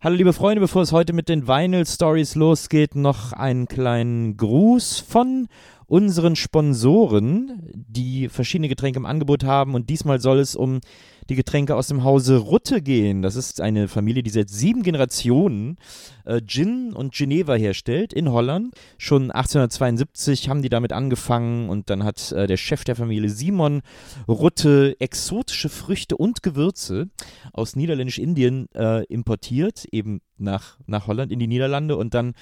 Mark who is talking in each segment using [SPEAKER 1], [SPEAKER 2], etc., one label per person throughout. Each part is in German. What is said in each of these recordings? [SPEAKER 1] Hallo liebe Freunde, bevor es heute mit den Vinyl Stories losgeht, noch einen kleinen Gruß von unseren Sponsoren, die verschiedene Getränke im Angebot haben und diesmal soll es um die Getränke aus dem Hause Rutte gehen. Das ist eine Familie, die seit sieben Generationen äh, Gin und Geneva herstellt in Holland. Schon 1872 haben die damit angefangen und dann hat äh, der Chef der Familie Simon Rutte exotische Früchte und Gewürze aus Niederländisch-Indien äh, importiert, eben nach, nach Holland, in die Niederlande und dann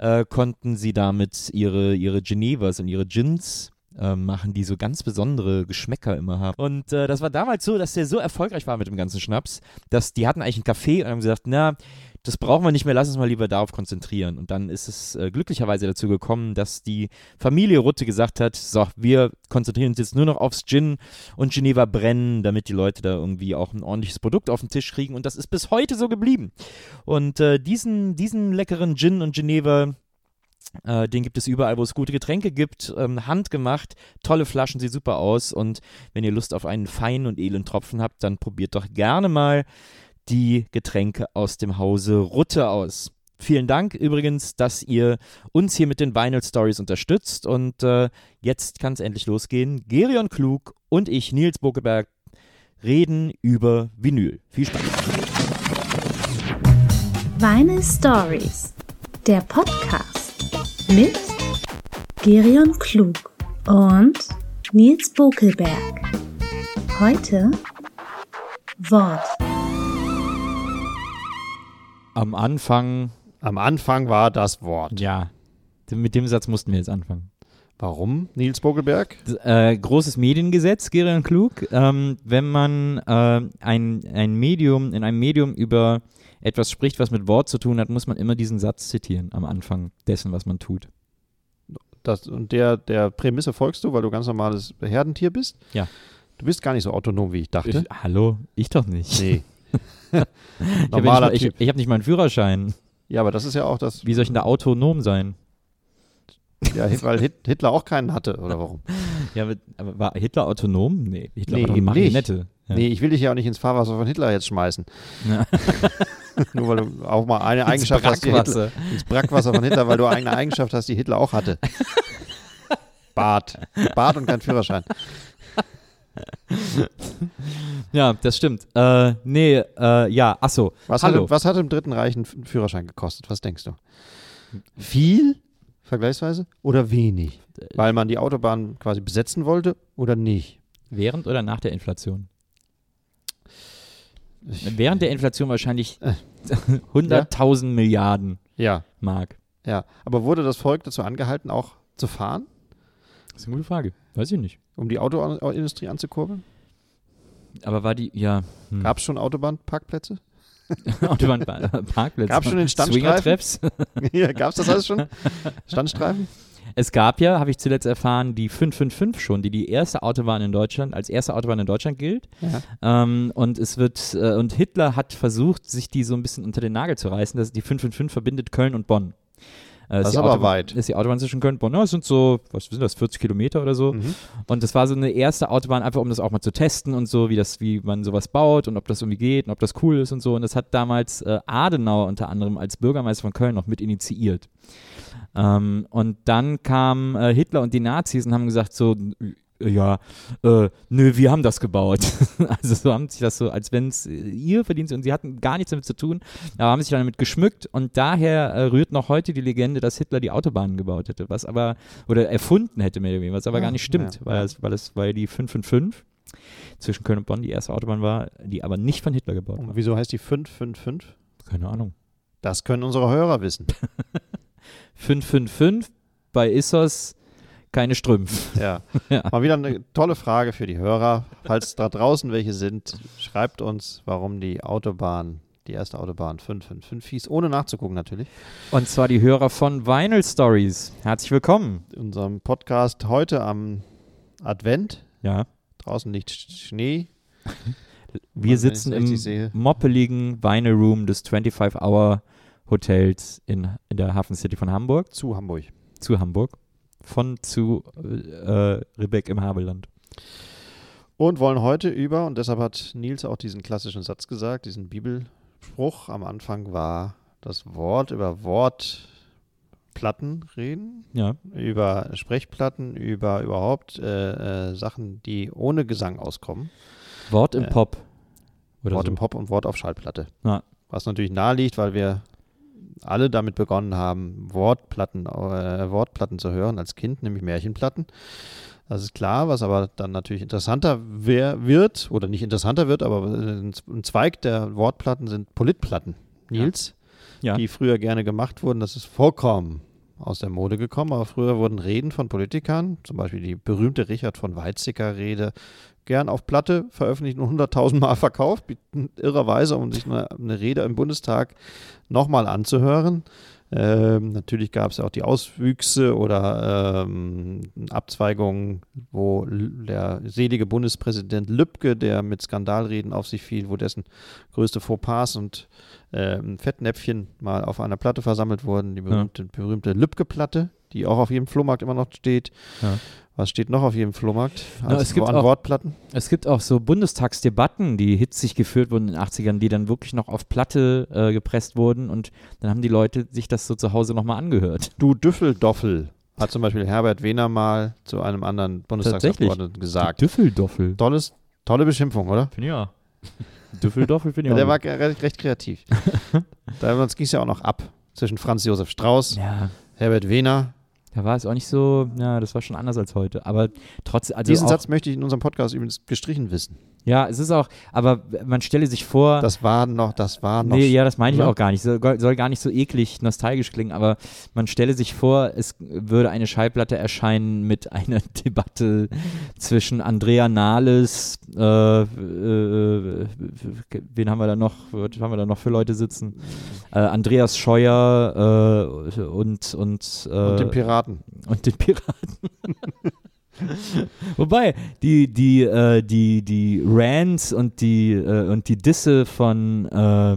[SPEAKER 1] äh, konnten sie damit ihre, ihre Genevas und ihre Gins äh, machen, die so ganz besondere Geschmäcker immer haben. Und äh, das war damals so, dass der so erfolgreich war mit dem ganzen Schnaps, dass die hatten eigentlich einen Kaffee und haben gesagt, na, das brauchen wir nicht mehr, lass uns mal lieber darauf konzentrieren. Und dann ist es äh, glücklicherweise dazu gekommen, dass die Familie Rutte gesagt hat, so, wir konzentrieren uns jetzt nur noch aufs Gin und Geneva brennen, damit die Leute da irgendwie auch ein ordentliches Produkt auf den Tisch kriegen. Und das ist bis heute so geblieben. Und äh, diesen, diesen leckeren Gin und Geneva, äh, den gibt es überall, wo es gute Getränke gibt. Ähm, handgemacht, tolle Flaschen, sieht super aus. Und wenn ihr Lust auf einen feinen und edlen Tropfen habt, dann probiert doch gerne mal die Getränke aus dem Hause Rutte aus. Vielen Dank übrigens, dass ihr uns hier mit den Vinyl Stories unterstützt. Und äh, jetzt kann es endlich losgehen. Gerion Klug und ich, Nils Bokeberg, reden über Vinyl. Viel Spaß.
[SPEAKER 2] Vinyl Stories, der Podcast mit Gerion Klug und Nils Bokelberg. Heute Wort.
[SPEAKER 1] Am Anfang,
[SPEAKER 3] Am Anfang war das Wort.
[SPEAKER 1] ja, mit dem Satz mussten wir jetzt anfangen.
[SPEAKER 3] Warum, Nils Bogelberg?
[SPEAKER 1] äh, großes Mediengesetz, Gerion Klug. Ähm, wenn man äh, ein, ein Medium, in einem Medium über etwas spricht, was mit Wort zu tun hat, muss man immer diesen Satz zitieren am Anfang dessen, was man tut.
[SPEAKER 3] Das, und der, der Prämisse folgst du, weil du ganz normales Herdentier bist.
[SPEAKER 1] Ja.
[SPEAKER 3] Du bist gar nicht so autonom, wie ich dachte.
[SPEAKER 1] Ich, hallo, ich doch nicht.
[SPEAKER 3] nee.
[SPEAKER 1] ich habe ja
[SPEAKER 3] Normaler
[SPEAKER 1] nicht, mal-
[SPEAKER 3] Typ.
[SPEAKER 1] ich, ich hab nicht mal einen Führerschein.
[SPEAKER 3] Ja, aber das ist ja auch das,
[SPEAKER 1] Wie soll ich denn da autonom sein?
[SPEAKER 3] ja, Hit- weil Hit- Hitler auch keinen hatte, oder warum?
[SPEAKER 1] Ja, aber- aber war Hitler autonom? Nee, Hitler
[SPEAKER 3] Nee,
[SPEAKER 1] war doch eine
[SPEAKER 3] eben nicht.
[SPEAKER 1] Marionette. Ja.
[SPEAKER 3] Nee, ich will dich ja auch nicht ins Fahrwasser von Hitler jetzt schmeißen.
[SPEAKER 1] Ja.
[SPEAKER 3] Nur weil du auch mal eine
[SPEAKER 1] Ins
[SPEAKER 3] Eigenschaft hast, die Hitler,
[SPEAKER 1] Brackwasser.
[SPEAKER 3] ins Brackwasser von Hitler, weil du eine Eigenschaft hast, die Hitler auch hatte. Bart. Bart und kein Führerschein.
[SPEAKER 1] Ja, das stimmt. Äh, nee, äh, ja, achso.
[SPEAKER 3] Was hat,
[SPEAKER 1] Hallo.
[SPEAKER 3] im- was hat im Dritten Reich ein F- ein Führerschein gekostet? Was denkst du? Viel vergleichsweise oder wenig? Weil man die Autobahn quasi besetzen wollte oder nicht?
[SPEAKER 1] Während oder nach der Inflation? Während der Inflation wahrscheinlich
[SPEAKER 3] Äh.
[SPEAKER 1] 100.000 Milliarden
[SPEAKER 3] Ja,
[SPEAKER 1] Mark.
[SPEAKER 3] ja. Aber wurde das Volk dazu angehalten, auch zu fahren,
[SPEAKER 1] Das ist eine gute Frage. Weiß ich nicht.
[SPEAKER 3] um die Autoindustrie anzukurbeln?
[SPEAKER 1] Aber war die, ja. Hm.
[SPEAKER 3] Gab es schon Autobahnparkplätze?
[SPEAKER 1] Autobahn, Parkplätze.
[SPEAKER 3] Gab's schon den Standstreifen?
[SPEAKER 1] Swingertreffs?
[SPEAKER 3] ja, gab es das alles schon? Standstreifen?
[SPEAKER 1] Es gab ja, habe ich zuletzt erfahren, die 555 schon, die die erste Autobahn in Deutschland, als erste Autobahn in Deutschland gilt.
[SPEAKER 3] Ja.
[SPEAKER 1] Ähm, und es wird, äh, und Hitler hat versucht, sich die so ein bisschen unter den Nagel zu reißen. Das, die 555 verbindet Köln und Bonn. Äh,
[SPEAKER 3] Das ist
[SPEAKER 1] die
[SPEAKER 3] aber
[SPEAKER 1] Autobahn-
[SPEAKER 3] weit.
[SPEAKER 1] Ist die Autobahn zwischen Köln und Bonn? Ja, es sind so, was sind das, 40 Kilometer oder so.
[SPEAKER 3] Mhm.
[SPEAKER 1] Und das war so eine erste Autobahn, einfach um das auch mal zu testen und so, wie das, wie man sowas baut und ob das irgendwie geht und ob das cool ist und so. Und das hat damals äh, Adenauer unter anderem als Bürgermeister von Köln noch mit initiiert. Ähm, und dann kam äh, Hitler und die Nazis und haben gesagt so, n- ja, äh, nö, wir haben das gebaut. also so haben sich das so, als wenn es ihr verdient und sie hatten gar nichts damit zu tun, aber haben sich damit geschmückt und daher äh, rührt noch heute die Legende, dass Hitler die Autobahnen gebaut hätte, was aber, oder erfunden hätte mehr oder weniger, was aber
[SPEAKER 3] Ja,
[SPEAKER 1] gar nicht stimmt,
[SPEAKER 3] ja.
[SPEAKER 1] weil, es, weil, es, weil die 555 zwischen Köln und Bonn die erste Autobahn war, die aber nicht von Hitler gebaut
[SPEAKER 3] Und
[SPEAKER 1] war.
[SPEAKER 3] wieso heißt die 555?
[SPEAKER 1] Keine Ahnung.
[SPEAKER 3] Das können unsere Hörer wissen.
[SPEAKER 1] 555 bei Issos keine Strümpf.
[SPEAKER 3] Ja.
[SPEAKER 1] Ja.
[SPEAKER 3] Mal wieder eine tolle Frage für die Hörer. Falls da draußen welche sind, schreibt uns, warum die Autobahn, die erste Autobahn 555 hieß, ohne nachzugucken natürlich.
[SPEAKER 1] Und zwar die Hörer von Vinyl Stories. Herzlich willkommen.
[SPEAKER 3] In unserem Podcast heute am Advent.
[SPEAKER 1] Ja.
[SPEAKER 3] Draußen liegt Sch- Schnee.
[SPEAKER 1] Wir
[SPEAKER 3] Wenn
[SPEAKER 1] sitzen
[SPEAKER 3] ich's richtig
[SPEAKER 1] im
[SPEAKER 3] Sehe.
[SPEAKER 1] moppeligen Vinyl Room des 25-Hour Hotels in, in der Hafen City von Hamburg,
[SPEAKER 3] Zu Hamburg.
[SPEAKER 1] zu Hamburg, von zu äh, äh, Ribbeck im Havelland.
[SPEAKER 3] Und wollen heute über, und deshalb hat Nils auch diesen klassischen Satz gesagt, diesen Bibel, Spruch am Anfang war, das Wort über Wortplatten reden,
[SPEAKER 1] Ja.
[SPEAKER 3] über Sprechplatten, über überhaupt äh, äh, Sachen, die ohne Gesang auskommen.
[SPEAKER 1] Wort im
[SPEAKER 3] Äh,
[SPEAKER 1] Pop. Oder
[SPEAKER 3] Wort
[SPEAKER 1] so.
[SPEAKER 3] im Pop und Wort auf Schallplatte.
[SPEAKER 1] Ja.
[SPEAKER 3] Was natürlich naheliegt, weil wir alle damit begonnen haben, Wortplatten, äh, Wortplatten zu hören als Kind, nämlich Märchenplatten. Das ist klar, was aber dann natürlich interessanter wer wird, oder nicht interessanter wird, aber ein Z- ein Zweig der Wortplatten sind Politplatten,
[SPEAKER 1] Ja.
[SPEAKER 3] Nils,
[SPEAKER 1] Ja.
[SPEAKER 3] die früher gerne gemacht wurden. Das ist vollkommen aus der Mode gekommen, aber früher wurden Reden von Politikern, zum Beispiel die berühmte Richard von Weizsäcker-Rede, gern auf Platte veröffentlicht und 100.000 Mal verkauft, irrerweise, um sich eine, eine Rede im Bundestag nochmal anzuhören. Ähm, natürlich gab es ja auch die Auswüchse oder ähm, Abzweigungen, wo L- der selige Bundespräsident Lübcke, der mit Skandalreden auf sich fiel, wo dessen größte Fauxpas und ähm, Fettnäpfchen mal auf einer Platte versammelt wurden, die berühmte, berühmte Lübcke-Platte, die auch auf jedem Flohmarkt immer noch steht.
[SPEAKER 1] Ja.
[SPEAKER 3] Was steht noch auf jedem Flohmarkt?
[SPEAKER 1] Na,
[SPEAKER 3] Als
[SPEAKER 1] es gibt
[SPEAKER 3] an
[SPEAKER 1] auch-
[SPEAKER 3] Wortplatten?
[SPEAKER 1] Es gibt auch so Bundestagsdebatten, die hitzig geführt wurden in den 80ern, die dann wirklich noch auf Platte äh, gepresst wurden und dann haben die Leute sich das so zu Hause nochmal angehört.
[SPEAKER 3] Du Düffeldoffel, hat zum Beispiel Herbert Wehner mal zu einem anderen Bundestagsabgeordneten gesagt.
[SPEAKER 1] Düffeldoffel.
[SPEAKER 3] Tolles, tolle Beschimpfung, oder?
[SPEAKER 1] Finde ich ja. Düffeldoffel finde ich
[SPEAKER 3] Ja,
[SPEAKER 1] auch.
[SPEAKER 3] der
[SPEAKER 1] gut.
[SPEAKER 3] war ge- recht, recht kreativ. Damals ging es ja auch noch ab zwischen Franz Josef Strauß,
[SPEAKER 1] ja,
[SPEAKER 3] Herbert Wehner.
[SPEAKER 1] da war es auch nicht so, ja, das war schon anders als heute. Aber trotzdem, also
[SPEAKER 3] Diesen
[SPEAKER 1] auch,
[SPEAKER 3] Satz möchte ich in unserem Podcast übrigens gestrichen wissen.
[SPEAKER 1] ja, es ist auch, aber man stelle sich vor,
[SPEAKER 3] Das war noch, das war noch.
[SPEAKER 1] Ah. Nee, ja, das meine ich
[SPEAKER 3] Ja.
[SPEAKER 1] auch gar nicht. Soll, soll gar nicht so eklig nostalgisch klingen, aber man stelle sich vor, es würde eine Schallplatte erscheinen mit einer Debatte zwischen Andrea Nahles, äh, äh, äh, wen haben wir da noch, was haben wir da noch für Leute sitzen? Äh, Andreas Scheuer äh, und, und, äh,
[SPEAKER 3] und den Piraten.
[SPEAKER 1] und den Piraten. Wobei, die, die, äh, die, die Rants und die, äh, und die Disse von, äh,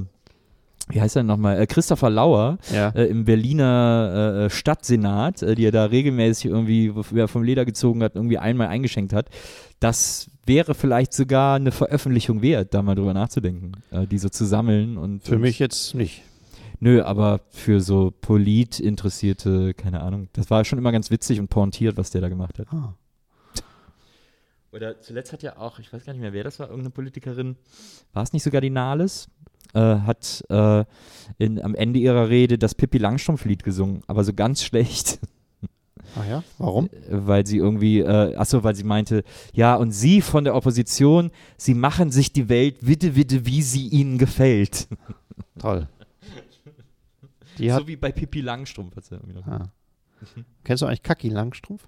[SPEAKER 1] wie heißt er nochmal, äh, Christopher Lauer
[SPEAKER 3] Ja.
[SPEAKER 1] äh, im Berliner äh, Stadtsenat, äh, die er da regelmäßig irgendwie wo er vom Leder gezogen hat, irgendwie einmal eingeschenkt hat, das wäre vielleicht sogar eine Veröffentlichung wert, da mal drüber nachzudenken, äh, die so zu sammeln. Und,
[SPEAKER 3] Für
[SPEAKER 1] und
[SPEAKER 3] mich jetzt nicht.
[SPEAKER 1] Nö, aber für so Polit-Interessierte, keine Ahnung. Das war schon immer ganz witzig und pointiert, was der da gemacht hat.
[SPEAKER 3] Ah.
[SPEAKER 1] Oder zuletzt hat ja auch, ich weiß gar nicht mehr, wer das war, irgendeine Politikerin, war es nicht sogar die Nahles? Äh, hat äh, in, am Ende ihrer Rede das Pippi Langstrumpf-Lied gesungen, aber so ganz schlecht.
[SPEAKER 3] Ach ja, warum?
[SPEAKER 1] weil sie irgendwie, äh, achso, weil sie meinte, ja, und sie von der Opposition, sie machen sich die Welt witte, witte, wie sie ihnen gefällt. Äh.
[SPEAKER 3] Toll. Die hat.
[SPEAKER 1] So wie bei Pippi Langstrumpf. Hat sie irgendwie noch.
[SPEAKER 3] ah. Kennst du eigentlich Kaki Langstrumpf?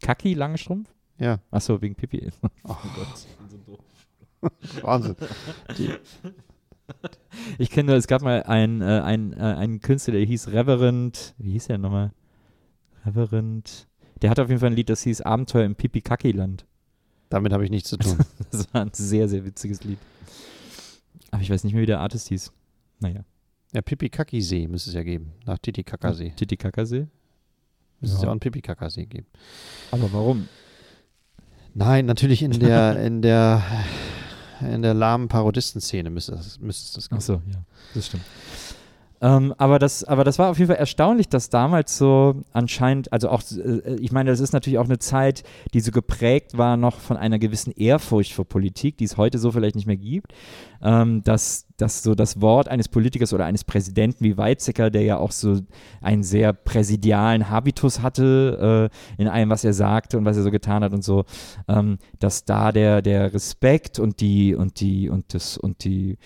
[SPEAKER 1] Kaki Langstrumpf?
[SPEAKER 3] Ja,
[SPEAKER 1] Achso, wegen Oh Pippi.
[SPEAKER 3] Wahnsinn.
[SPEAKER 1] Ich kenne nur, es gab mal einen, äh, einen, äh, einen Künstler, der hieß Reverend, wie hieß der nochmal? Reverend. Der hatte auf jeden Fall ein Lied, das hieß Abenteuer im Pipi-Kaki-Land.
[SPEAKER 3] Damit habe ich nichts zu tun.
[SPEAKER 1] Das war ein sehr, sehr witziges Lied. Aber ich weiß nicht mehr, wie der Artist hieß. Naja,
[SPEAKER 3] Ja, Pipi-Kaki-See müsste es ja geben. Nach Titicacasee.
[SPEAKER 1] Titicacasee.
[SPEAKER 3] Müsste es
[SPEAKER 1] Ja.
[SPEAKER 3] ja auch einen Pipi-Kaka-See geben.
[SPEAKER 1] Aber warum?
[SPEAKER 3] Nein, natürlich in der, in der, in der lahmen Parodisten-Szene müsste das, müsste es das geben.
[SPEAKER 1] Achso, ja, das stimmt. Ähm, aber, das, aber das war auf jeden Fall erstaunlich, dass damals so anscheinend, also auch, äh, ich meine, das ist natürlich auch eine Zeit, die so geprägt war noch von einer gewissen Ehrfurcht vor Politik, die es heute so vielleicht nicht mehr gibt, ähm, dass, dass so das Wort eines Politikers oder eines Präsidenten wie Weizsäcker, der ja auch so einen sehr präsidialen Habitus hatte äh, in allem, was er sagte und was er so getan hat und so, ähm, dass da der, der Respekt und die und die und das und die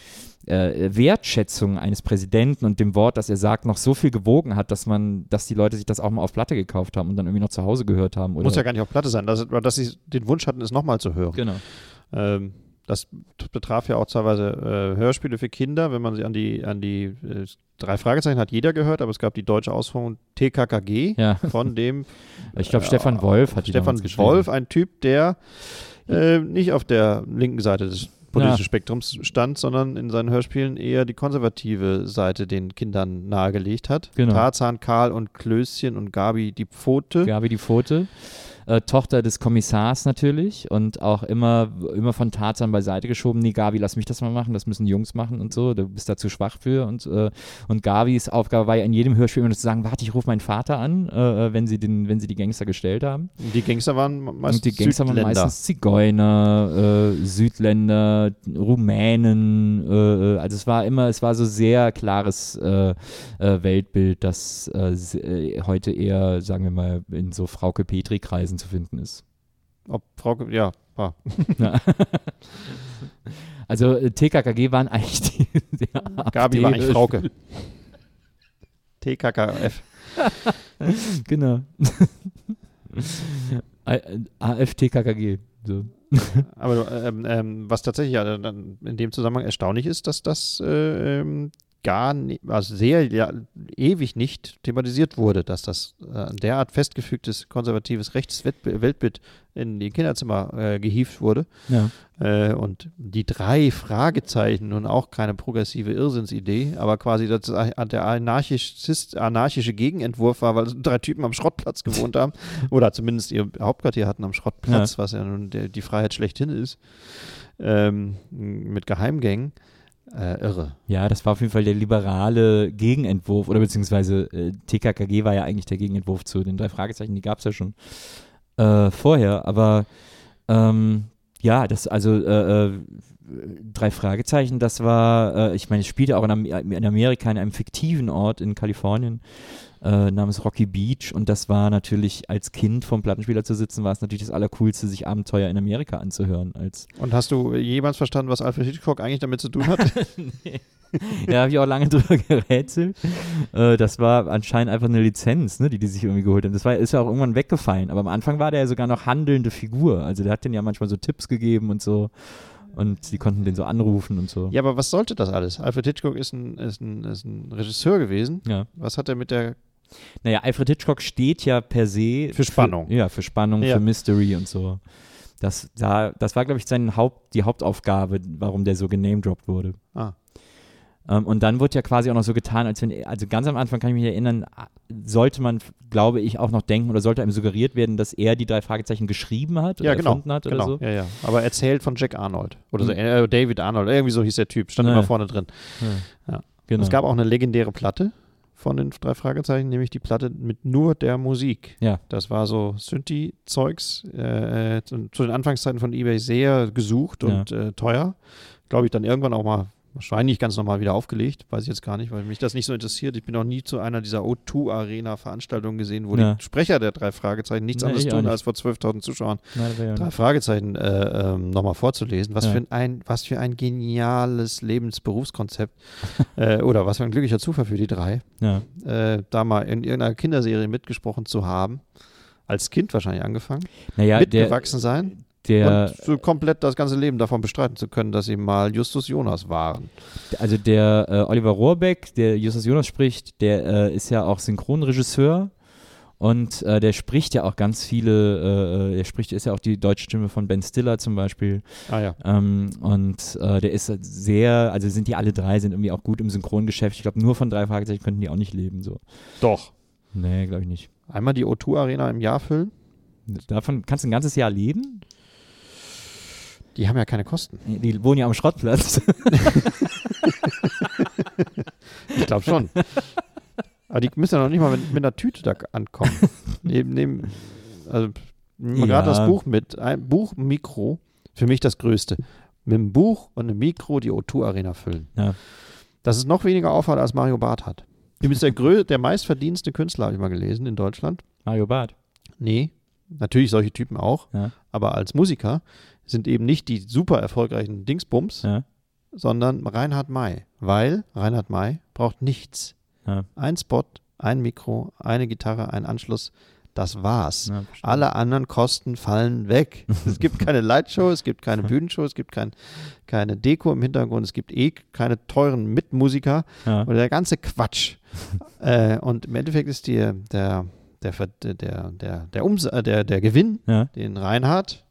[SPEAKER 1] äh, Wertschätzung eines Präsidenten und dem Wort, das er sagt, noch so viel gewogen hat, dass man, dass die Leute sich das auch mal auf Platte gekauft haben und dann irgendwie noch zu Hause gehört haben. Oder?
[SPEAKER 3] Muss ja gar nicht auf Platte sein, dass, dass sie den Wunsch hatten, es nochmal zu hören.
[SPEAKER 1] genau.
[SPEAKER 3] Ähm, das betraf ja auch teilweise äh, Hörspiele für Kinder, wenn man sie an die, an die äh, drei Fragezeichen hat jeder gehört, aber es gab die deutsche Ausführung TKKG
[SPEAKER 1] Ja.
[SPEAKER 3] von dem
[SPEAKER 1] Ich glaube,
[SPEAKER 3] äh,
[SPEAKER 1] Stefan Wolf hat die
[SPEAKER 3] Stefan
[SPEAKER 1] damals geschrieben.
[SPEAKER 3] Wolf, ein Typ, der äh, nicht auf der linken Seite des politischen Spektrums stand, sondern in seinen Hörspielen eher die konservative Seite den Kindern nahegelegt hat.
[SPEAKER 1] Genau.
[SPEAKER 3] Tarzan, Karl und Klößchen und Gabi die Pfote.
[SPEAKER 1] Gabi die Pfote. äh, Tochter des Kommissars natürlich und auch immer, immer von Tarzan beiseite geschoben, nee, Gabi, lass mich das mal machen, das müssen Jungs machen und so, du bist da zu schwach für und, äh, und Gavis Aufgabe war ja in jedem Hörspiel immer zu sagen, warte, ich rufe meinen Vater an, äh, wenn, sie den, wenn sie die Gangster gestellt haben.
[SPEAKER 3] Die Gangster waren meistens
[SPEAKER 1] Und die Gangster waren
[SPEAKER 3] Südländer.
[SPEAKER 1] meistens Zigeuner, äh, Südländer, Rumänen. Äh, also es war immer, es war so sehr klares äh, äh, Weltbild, das äh, s- äh, heute eher, sagen wir mal, in so Frauke Petri-Kreisen zu finden ist.
[SPEAKER 3] Ob Frau, Ge- ja, war.
[SPEAKER 1] Ja. also äh, TKKG waren eigentlich die, die
[SPEAKER 3] Gabi war eigentlich
[SPEAKER 1] AfD
[SPEAKER 3] Frauke. TKKF.
[SPEAKER 1] Genau. Ä- äh, AfTKKG. So.
[SPEAKER 3] Aber du, ähm, ähm, was tatsächlich ja dann in dem Zusammenhang erstaunlich ist, dass das äh, ähm, gar ni- also sehr ja, ewig nicht thematisiert wurde, dass das äh, ein derart festgefügtes konservatives Rechtsweltbild in die Kinderzimmer äh, gehievt wurde.
[SPEAKER 1] Ja.
[SPEAKER 3] Äh, und die drei Fragezeichen, nun auch keine progressive Irrsinnsidee, aber quasi das, a- der anarchist, anarchische Gegenentwurf war, weil drei Typen am Schrottplatz gewohnt haben oder zumindest ihr Hauptquartier hatten am Schrottplatz, was ja nun der, die Freiheit schlechthin ist, ähm, mit Geheimgängen. Äh, irre.
[SPEAKER 1] Ja, das war auf jeden Fall der liberale Gegenentwurf, oder beziehungsweise äh, TKKG war ja eigentlich der Gegenentwurf zu den drei Fragezeichen, die gab es ja schon äh, vorher, aber ähm, ja, das, also äh, äh, drei Fragezeichen, das war, äh, ich meine, es spielte auch in, Am in Amerika in einem fiktiven Ort in Kalifornien äh, namens Rocky Beach und das war natürlich, als Kind vom Plattenspieler zu sitzen, war es natürlich das Allercoolste, sich Abenteuer in Amerika anzuhören, als
[SPEAKER 3] Und hast du jemals verstanden, was Alfred Hitchcock eigentlich damit zu tun hat?
[SPEAKER 1] Nee. Da habe ich auch lange drüber gerätselt. Äh, das war anscheinend einfach eine Lizenz, ne, die die sich irgendwie geholt haben. Das war, ist ja auch irgendwann weggefallen. Aber am Anfang war der ja sogar noch handelnde Figur. Also der hat denen ja manchmal so Tipps gegeben und so. Und die konnten den so anrufen und so.
[SPEAKER 3] ja, aber was sollte das alles? Alfred Hitchcock ist ein, ist ein, ist ein Regisseur gewesen.
[SPEAKER 1] Ja.
[SPEAKER 3] Was hat er mit der
[SPEAKER 1] Naja, Alfred Hitchcock steht ja per se
[SPEAKER 3] Für Spannung.
[SPEAKER 1] Für, ja, für Spannung,
[SPEAKER 3] Ja.
[SPEAKER 1] für Mystery und so. Das, da, das war, glaube ich, sein Haupt, die Hauptaufgabe, warum der so genamedroppt wurde.
[SPEAKER 3] Ah.
[SPEAKER 1] Ähm, und dann wurde ja quasi auch noch so getan, als wenn, also ganz am Anfang kann ich mich erinnern, a- sollte man, glaube ich, auch noch denken oder sollte einem suggeriert werden, dass er die drei Fragezeichen geschrieben hat oder
[SPEAKER 3] Ja, genau,
[SPEAKER 1] erfunden hat
[SPEAKER 3] genau,
[SPEAKER 1] oder so.
[SPEAKER 3] ja, ja. Aber erzählt von Jack Arnold. Oder so,
[SPEAKER 1] Mhm.
[SPEAKER 3] äh, David Arnold, irgendwie so hieß der Typ, stand
[SPEAKER 1] Ja,
[SPEAKER 3] immer
[SPEAKER 1] ja.
[SPEAKER 3] vorne drin.
[SPEAKER 1] Genau.
[SPEAKER 3] Es gab auch eine legendäre Platte von den drei Fragezeichen, nämlich die Platte mit nur der Musik.
[SPEAKER 1] Ja.
[SPEAKER 3] Das war so Synthi-Zeugs, äh, zu, zu den Anfangszeiten von Ebay sehr gesucht und äh, teuer. Glaube ich, dann irgendwann auch mal wahrscheinlich ganz normal wieder aufgelegt. Weiß ich jetzt gar nicht, weil mich das nicht so interessiert. Ich bin noch nie zu einer dieser O2-Arena-Veranstaltungen gesehen, wo
[SPEAKER 1] Ja.
[SPEAKER 3] die Sprecher der drei Fragezeichen nichts
[SPEAKER 1] Nee,
[SPEAKER 3] anderes
[SPEAKER 1] ich auch
[SPEAKER 3] tun,
[SPEAKER 1] nicht.
[SPEAKER 3] als vor 12.000 Zuschauern
[SPEAKER 1] Nein, das war ja
[SPEAKER 3] drei Fragezeichen äh, ähm, nochmal vorzulesen. Was,
[SPEAKER 1] Ja.
[SPEAKER 3] für ein, was für ein geniales Lebensberufskonzept äh, oder was für ein glücklicher Zufall für die drei,
[SPEAKER 1] ja.
[SPEAKER 3] äh, da mal in irgendeiner Kinderserie mitgesprochen zu haben. Als Kind wahrscheinlich angefangen,
[SPEAKER 1] Naja, der,
[SPEAKER 3] mitgewachsen sein
[SPEAKER 1] der,
[SPEAKER 3] und so komplett das ganze Leben davon bestreiten zu können, dass sie mal Justus Jonas waren.
[SPEAKER 1] also der äh, Oliver Rohrbeck, der Justus Jonas spricht, der äh, ist ja auch Synchronregisseur und äh, der spricht ja auch ganz viele, äh, äh, er spricht, ist ja auch die deutsche Stimme von Ben Stiller zum Beispiel.
[SPEAKER 3] Ah ja.
[SPEAKER 1] Ähm, und äh, der ist sehr, also sind die alle drei, sind irgendwie auch gut im Synchrongeschäft. Ich glaube, nur von drei Fragezeichen könnten die auch nicht leben. So.
[SPEAKER 3] Doch.
[SPEAKER 1] Nee, glaube ich nicht.
[SPEAKER 3] Einmal die O2-Arena im Jahr füllen.
[SPEAKER 1] Davon kannst du ein ganzes Jahr leben?
[SPEAKER 3] Die haben ja keine Kosten.
[SPEAKER 1] Die wohnen ja am Schrottplatz.
[SPEAKER 3] Ich glaube schon. Aber die müssen ja noch nicht mal mit, mit einer Tüte da ankommen. neben, neben, also nimm mal gerade
[SPEAKER 1] Ja.
[SPEAKER 3] das Buch mit. Ein Buch, ein Mikro, für mich das Größte. Mit einem Buch und einem Mikro die O2-Arena füllen.
[SPEAKER 1] Ja.
[SPEAKER 3] Das ist noch weniger Aufwand, als Mario Barth hat. Übrigens der, grö der meistverdienste Künstler, habe ich mal gelesen, in Deutschland.
[SPEAKER 1] Mario Barth.
[SPEAKER 3] Nee, natürlich solche Typen auch.
[SPEAKER 1] Ja.
[SPEAKER 3] Aber als Musiker sind eben nicht die super erfolgreichen Dingsbums,
[SPEAKER 1] Ja.
[SPEAKER 3] sondern Reinhard May, weil Reinhard May braucht nichts.
[SPEAKER 1] Ja.
[SPEAKER 3] Ein Spot, ein Mikro, eine Gitarre, ein Anschluss, das war's.
[SPEAKER 1] Ja, verstehe.
[SPEAKER 3] Alle anderen Kosten fallen weg. Es gibt keine Lightshow, es gibt keine Bühnenshow, es gibt kein, keine Deko im Hintergrund, es gibt eh keine teuren Mitmusiker
[SPEAKER 1] Ja.
[SPEAKER 3] oder der ganze Quatsch. äh, und im Endeffekt ist die, der, der, Ver- der, der, der, Ums äh, der, der Gewinn
[SPEAKER 1] Ja.
[SPEAKER 3] den Reinhard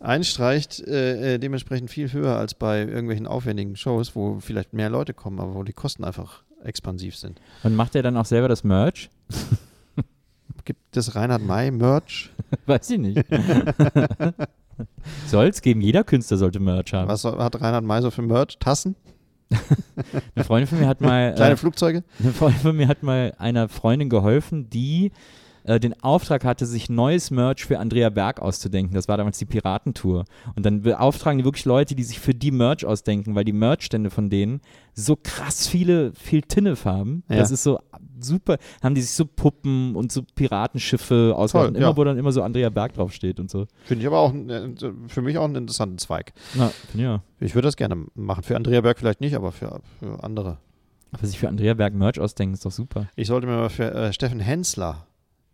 [SPEAKER 3] einstreicht, äh, äh, dementsprechend viel höher als bei irgendwelchen aufwendigen Shows, wo vielleicht mehr Leute kommen, aber wo die Kosten einfach expansiv sind.
[SPEAKER 1] Und macht er dann auch selber das Merch?
[SPEAKER 3] Gibt es Reinhard May Merch?
[SPEAKER 1] Weiß ich nicht. Soll's geben. Jeder Künstler sollte Merch haben.
[SPEAKER 3] Was soll- hat Reinhard May so für Merch? Tassen?
[SPEAKER 1] Eine Freundin von mir hat mal.
[SPEAKER 3] Kleine
[SPEAKER 1] äh,
[SPEAKER 3] Flugzeuge?
[SPEAKER 1] Eine Freundin von mir hat mal einer Freundin geholfen, die äh, den Auftrag hatte, sich neues Merch für Andrea Berg auszudenken. Das war damals die Piratentour. Und dann beauftragen die wirklich Leute, die sich für die Merch ausdenken, weil die Merchstände von denen so krass viele, viel Tinnef haben.
[SPEAKER 3] Ja.
[SPEAKER 1] Das ist so super. Haben die sich so Puppen und so Piratenschiffe ausgedacht.
[SPEAKER 3] Toll,
[SPEAKER 1] Immer
[SPEAKER 3] ja.
[SPEAKER 1] wo dann immer so Andrea Berg draufsteht und so.
[SPEAKER 3] Finde ich aber auch, äh, für mich auch einen interessanten Zweig.
[SPEAKER 1] Na, ja.
[SPEAKER 3] Ich würde das gerne machen. Für Andrea Berg vielleicht nicht, aber für, für andere.
[SPEAKER 1] Aber sich für Andrea Berg Merch ausdenken ist doch super.
[SPEAKER 3] Ich sollte mir mal für äh, Steffen Hensler,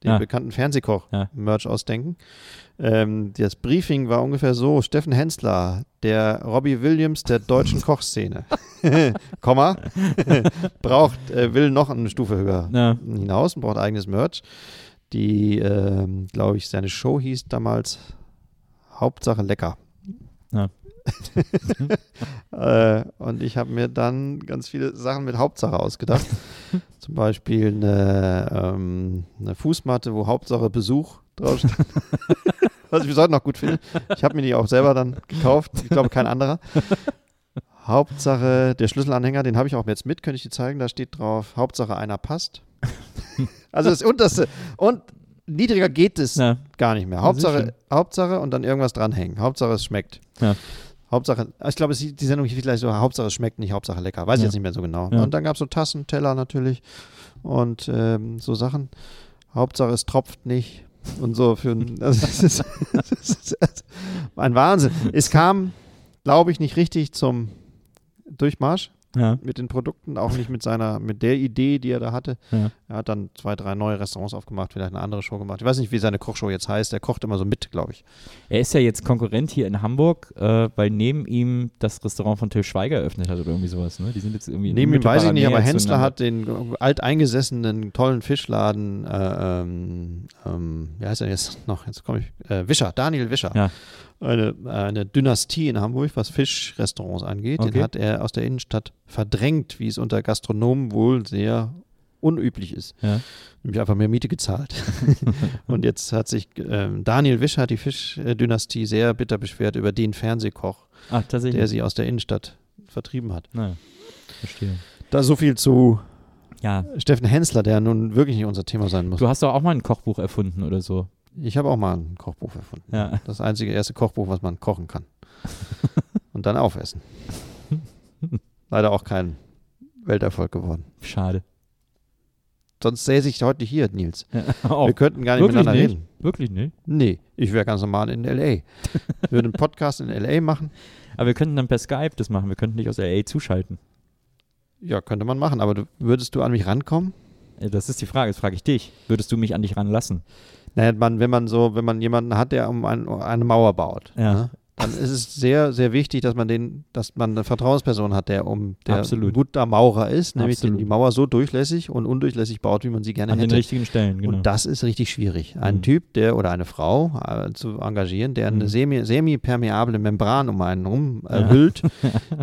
[SPEAKER 3] den
[SPEAKER 1] Ah.
[SPEAKER 3] bekannten Fernsehkoch,
[SPEAKER 1] Ja.
[SPEAKER 3] Merch ausdenken. Ähm, das Briefing war ungefähr so: Steffen Hensler, der Robbie Williams der deutschen Kochszene, Komma, braucht, äh, will noch eine Stufe höher
[SPEAKER 1] Na,
[SPEAKER 3] hinaus und braucht eigenes Merch. Die, ähm, glaube ich, seine Show hieß damals Hauptsache lecker.
[SPEAKER 1] Ja.
[SPEAKER 3] äh, und ich habe mir dann ganz viele Sachen mit Hauptsache ausgedacht. Zum Beispiel eine, ähm, eine Fußmatte, wo Hauptsache Besuch draufsteht. Was ich bis heute noch gut finde. Ich habe mir die auch selber dann gekauft. Ich glaube, kein anderer. Hauptsache, der Schlüsselanhänger, den habe ich auch jetzt mit, könnte ich dir zeigen. Da steht drauf, Hauptsache einer passt. also das unterste. Und niedriger geht es
[SPEAKER 1] na,
[SPEAKER 3] gar nicht mehr.
[SPEAKER 1] Ja, sehr
[SPEAKER 3] Hauptsache, Hauptsache und dann irgendwas dranhängen. Hauptsache es schmeckt.
[SPEAKER 1] Ja.
[SPEAKER 3] Hauptsache, ich glaube, es hieß- die Sendung hieß vielleicht so, Hauptsache es schmeckt nicht, Hauptsache lecker. Weiß ich
[SPEAKER 1] Ja.
[SPEAKER 3] jetzt nicht mehr so genau.
[SPEAKER 1] Ja.
[SPEAKER 3] Und dann gab es so Tassen, Teller natürlich und ähm, so Sachen. Hauptsache es tropft nicht und so. Für, ein- also, es ist, es ist ein Wahnsinn. Es kam, glaube ich, nicht richtig zum Durchmarsch
[SPEAKER 1] ja.
[SPEAKER 3] mit den Produkten, auch nicht mit seiner, mit der Idee, die er da hatte.
[SPEAKER 1] Ja.
[SPEAKER 3] Er hat dann zwei, drei neue Restaurants aufgemacht, vielleicht eine andere Show gemacht. Ich weiß nicht, wie seine Kochshow jetzt heißt. Er kocht immer so mit, glaube ich.
[SPEAKER 1] Er ist ja jetzt Konkurrent hier in Hamburg, äh, weil neben ihm das Restaurant von Till Schweiger eröffnet hat oder irgendwie sowas. Ne? Die sind jetzt irgendwie in
[SPEAKER 3] Neben ihm weiß ich
[SPEAKER 1] unmittelbarer
[SPEAKER 3] nicht, aber
[SPEAKER 1] Nähe
[SPEAKER 3] Hensler
[SPEAKER 1] zueinander.
[SPEAKER 3] hat den alteingesessenen, tollen Fischladen, äh, ähm, ähm, wie heißt er jetzt noch? Jetzt komme ich. Äh, Wischer, Daniel Wischer.
[SPEAKER 1] Ja.
[SPEAKER 3] Eine, eine Dynastie in Hamburg, was Fischrestaurants angeht.
[SPEAKER 1] Okay.
[SPEAKER 3] Den hat er aus der Innenstadt verdrängt, wie es unter Gastronomen wohl sehr unüblich ist.
[SPEAKER 1] Ja.
[SPEAKER 3] nämlich einfach mehr Miete gezahlt. und jetzt hat sich ähm, Daniel Wisch hat die Fischdynastie sehr bitter beschwert über den Fernsehkoch,
[SPEAKER 1] Ach, Ah, tatsächlich.
[SPEAKER 3] der sie aus der Innenstadt vertrieben hat.
[SPEAKER 1] Naja, verstehe.
[SPEAKER 3] Da so viel zu
[SPEAKER 1] Ja,
[SPEAKER 3] Steffen Hensler, der nun wirklich nicht unser Thema sein muss.
[SPEAKER 1] du hast doch auch mal ein Kochbuch erfunden oder so.
[SPEAKER 3] Ich habe auch mal ein Kochbuch erfunden.
[SPEAKER 1] Ja.
[SPEAKER 3] Das einzige erste Kochbuch, was man kochen kann. und dann aufessen. Leider auch kein Welterfolg geworden.
[SPEAKER 1] Schade.
[SPEAKER 3] Sonst säße ich heute hier, Nils.
[SPEAKER 1] Ja, auch
[SPEAKER 3] Wir könnten gar nicht
[SPEAKER 1] Oh, Wirklich
[SPEAKER 3] miteinander
[SPEAKER 1] nicht?
[SPEAKER 3] reden.
[SPEAKER 1] wirklich nicht.
[SPEAKER 3] Nee, ich wäre ganz normal in L.A. Würde einen Podcast in L.A. machen.
[SPEAKER 1] Aber wir könnten dann per Skype das machen. Wir könnten dich aus LA zuschalten.
[SPEAKER 3] Ja, könnte man machen, aber du, würdest du an mich rankommen?
[SPEAKER 1] Äh, Das ist die Frage. Das frage ich dich. Würdest du mich an dich ranlassen?
[SPEAKER 3] Naja, man, wenn man so, wenn man jemanden hat, der um ein, um eine Mauer baut,
[SPEAKER 1] Ja.
[SPEAKER 3] ne, dann ist es sehr, sehr wichtig, dass man den, dass man eine Vertrauensperson hat, der um der
[SPEAKER 1] Absolut.
[SPEAKER 3] ein guter Maurer ist, nämlich den,
[SPEAKER 1] Absolut.
[SPEAKER 3] die Mauer so durchlässig und undurchlässig baut, wie man sie gerne
[SPEAKER 1] An den
[SPEAKER 3] hätte.
[SPEAKER 1] richtigen Stellen, genau.
[SPEAKER 3] Und das ist richtig schwierig. Ein
[SPEAKER 1] Mhm.
[SPEAKER 3] Typ, der oder eine Frau äh, zu engagieren, der
[SPEAKER 1] Mhm.
[SPEAKER 3] eine semi, semi-permeable Membran um einen rum äh, hüllt,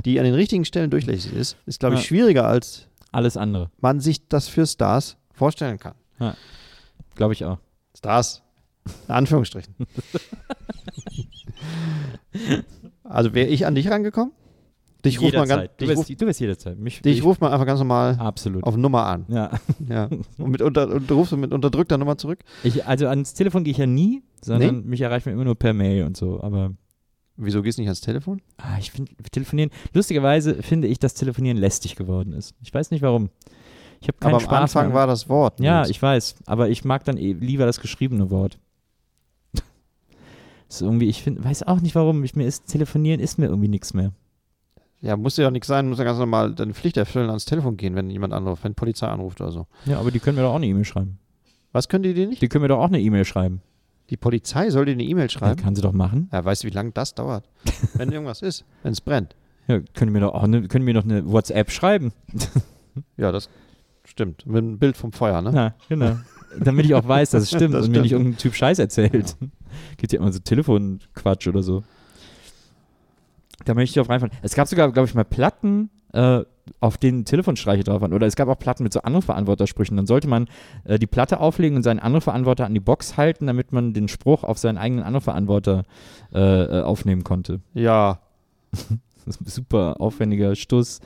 [SPEAKER 3] die an den richtigen Stellen durchlässig ist, ist, glaube ich,
[SPEAKER 1] Ja.
[SPEAKER 3] schwieriger, als
[SPEAKER 1] Alles andere.
[SPEAKER 3] man sich das für Stars vorstellen kann.
[SPEAKER 1] Glaube ich auch.
[SPEAKER 3] Stars. In Anführungsstrichen. also wäre ich an dich rangekommen? Dich ruft man, ganz,
[SPEAKER 1] jederzeit. Du
[SPEAKER 3] dich ruf,
[SPEAKER 1] bist, du bist jederzeit. Mich,
[SPEAKER 3] dich ruft man einfach ganz normal
[SPEAKER 1] Absolut.
[SPEAKER 3] auf Nummer an.
[SPEAKER 1] Ja.
[SPEAKER 3] Ja. Und, mit unter, und du rufst mit unterdrückter Nummer zurück.
[SPEAKER 1] Ich, also ans Telefon gehe ich ja nie, sondern mich erreicht man immer nur per Mail und so. Aber
[SPEAKER 3] Wieso gehst du nicht ans Telefon?
[SPEAKER 1] ah, ich finde Telefonieren, lustigerweise finde ich, dass Telefonieren lästig geworden ist. Ich weiß nicht warum. Ich habe keinen
[SPEAKER 3] Aber am
[SPEAKER 1] Spaß
[SPEAKER 3] Anfang
[SPEAKER 1] mehr.
[SPEAKER 3] war das Wort.
[SPEAKER 1] ja,
[SPEAKER 3] Nils.
[SPEAKER 1] ich weiß, aber ich mag dann eh lieber das geschriebene Wort. ist irgendwie, ich find, weiß auch nicht warum. Ich, mir ist Telefonieren ist mir irgendwie nichts mehr.
[SPEAKER 3] ja, muss ja doch nichts sein, muss ja ganz normal deine Pflicht erfüllen, ans Telefon gehen, wenn jemand anruft, wenn Polizei anruft oder so.
[SPEAKER 1] Ja, aber die können mir doch auch eine E-Mail schreiben.
[SPEAKER 3] Was können die dir nicht?
[SPEAKER 1] Die können mir doch auch eine E-Mail schreiben.
[SPEAKER 3] Die Polizei soll dir eine E-Mail
[SPEAKER 1] Ja,
[SPEAKER 3] schreiben.
[SPEAKER 1] kann sie doch machen.
[SPEAKER 3] Ja, weißt du, wie lange das dauert? wenn irgendwas ist, wenn es brennt.
[SPEAKER 1] Ja, können mir doch auch eine, können mir doch eine WhatsApp schreiben.
[SPEAKER 3] Ja, das stimmt. Mit einem Bild vom Feuer, ne?
[SPEAKER 1] Ja, genau. Damit ich auch weiß, dass es stimmt
[SPEAKER 3] Das
[SPEAKER 1] und mir nicht
[SPEAKER 3] stimmt.
[SPEAKER 1] irgendein Typ Scheiß erzählt. Gibt ja immer so Telefonquatsch oder so. Da möchte ich auf reinfallen. Es gab sogar, glaube ich, mal Platten, äh, auf den Telefonstreiche drauf waren. Oder es gab auch Platten mit so Anrufbeantwortersprüchen. Dann sollte man äh, die Platte auflegen und seinen Anrufbeantworter an die Box halten, damit man den Spruch auf seinen eigenen Anrufbeantworter äh, äh, aufnehmen konnte.
[SPEAKER 3] Ja.
[SPEAKER 1] Das ist ein super aufwendiger Stuss.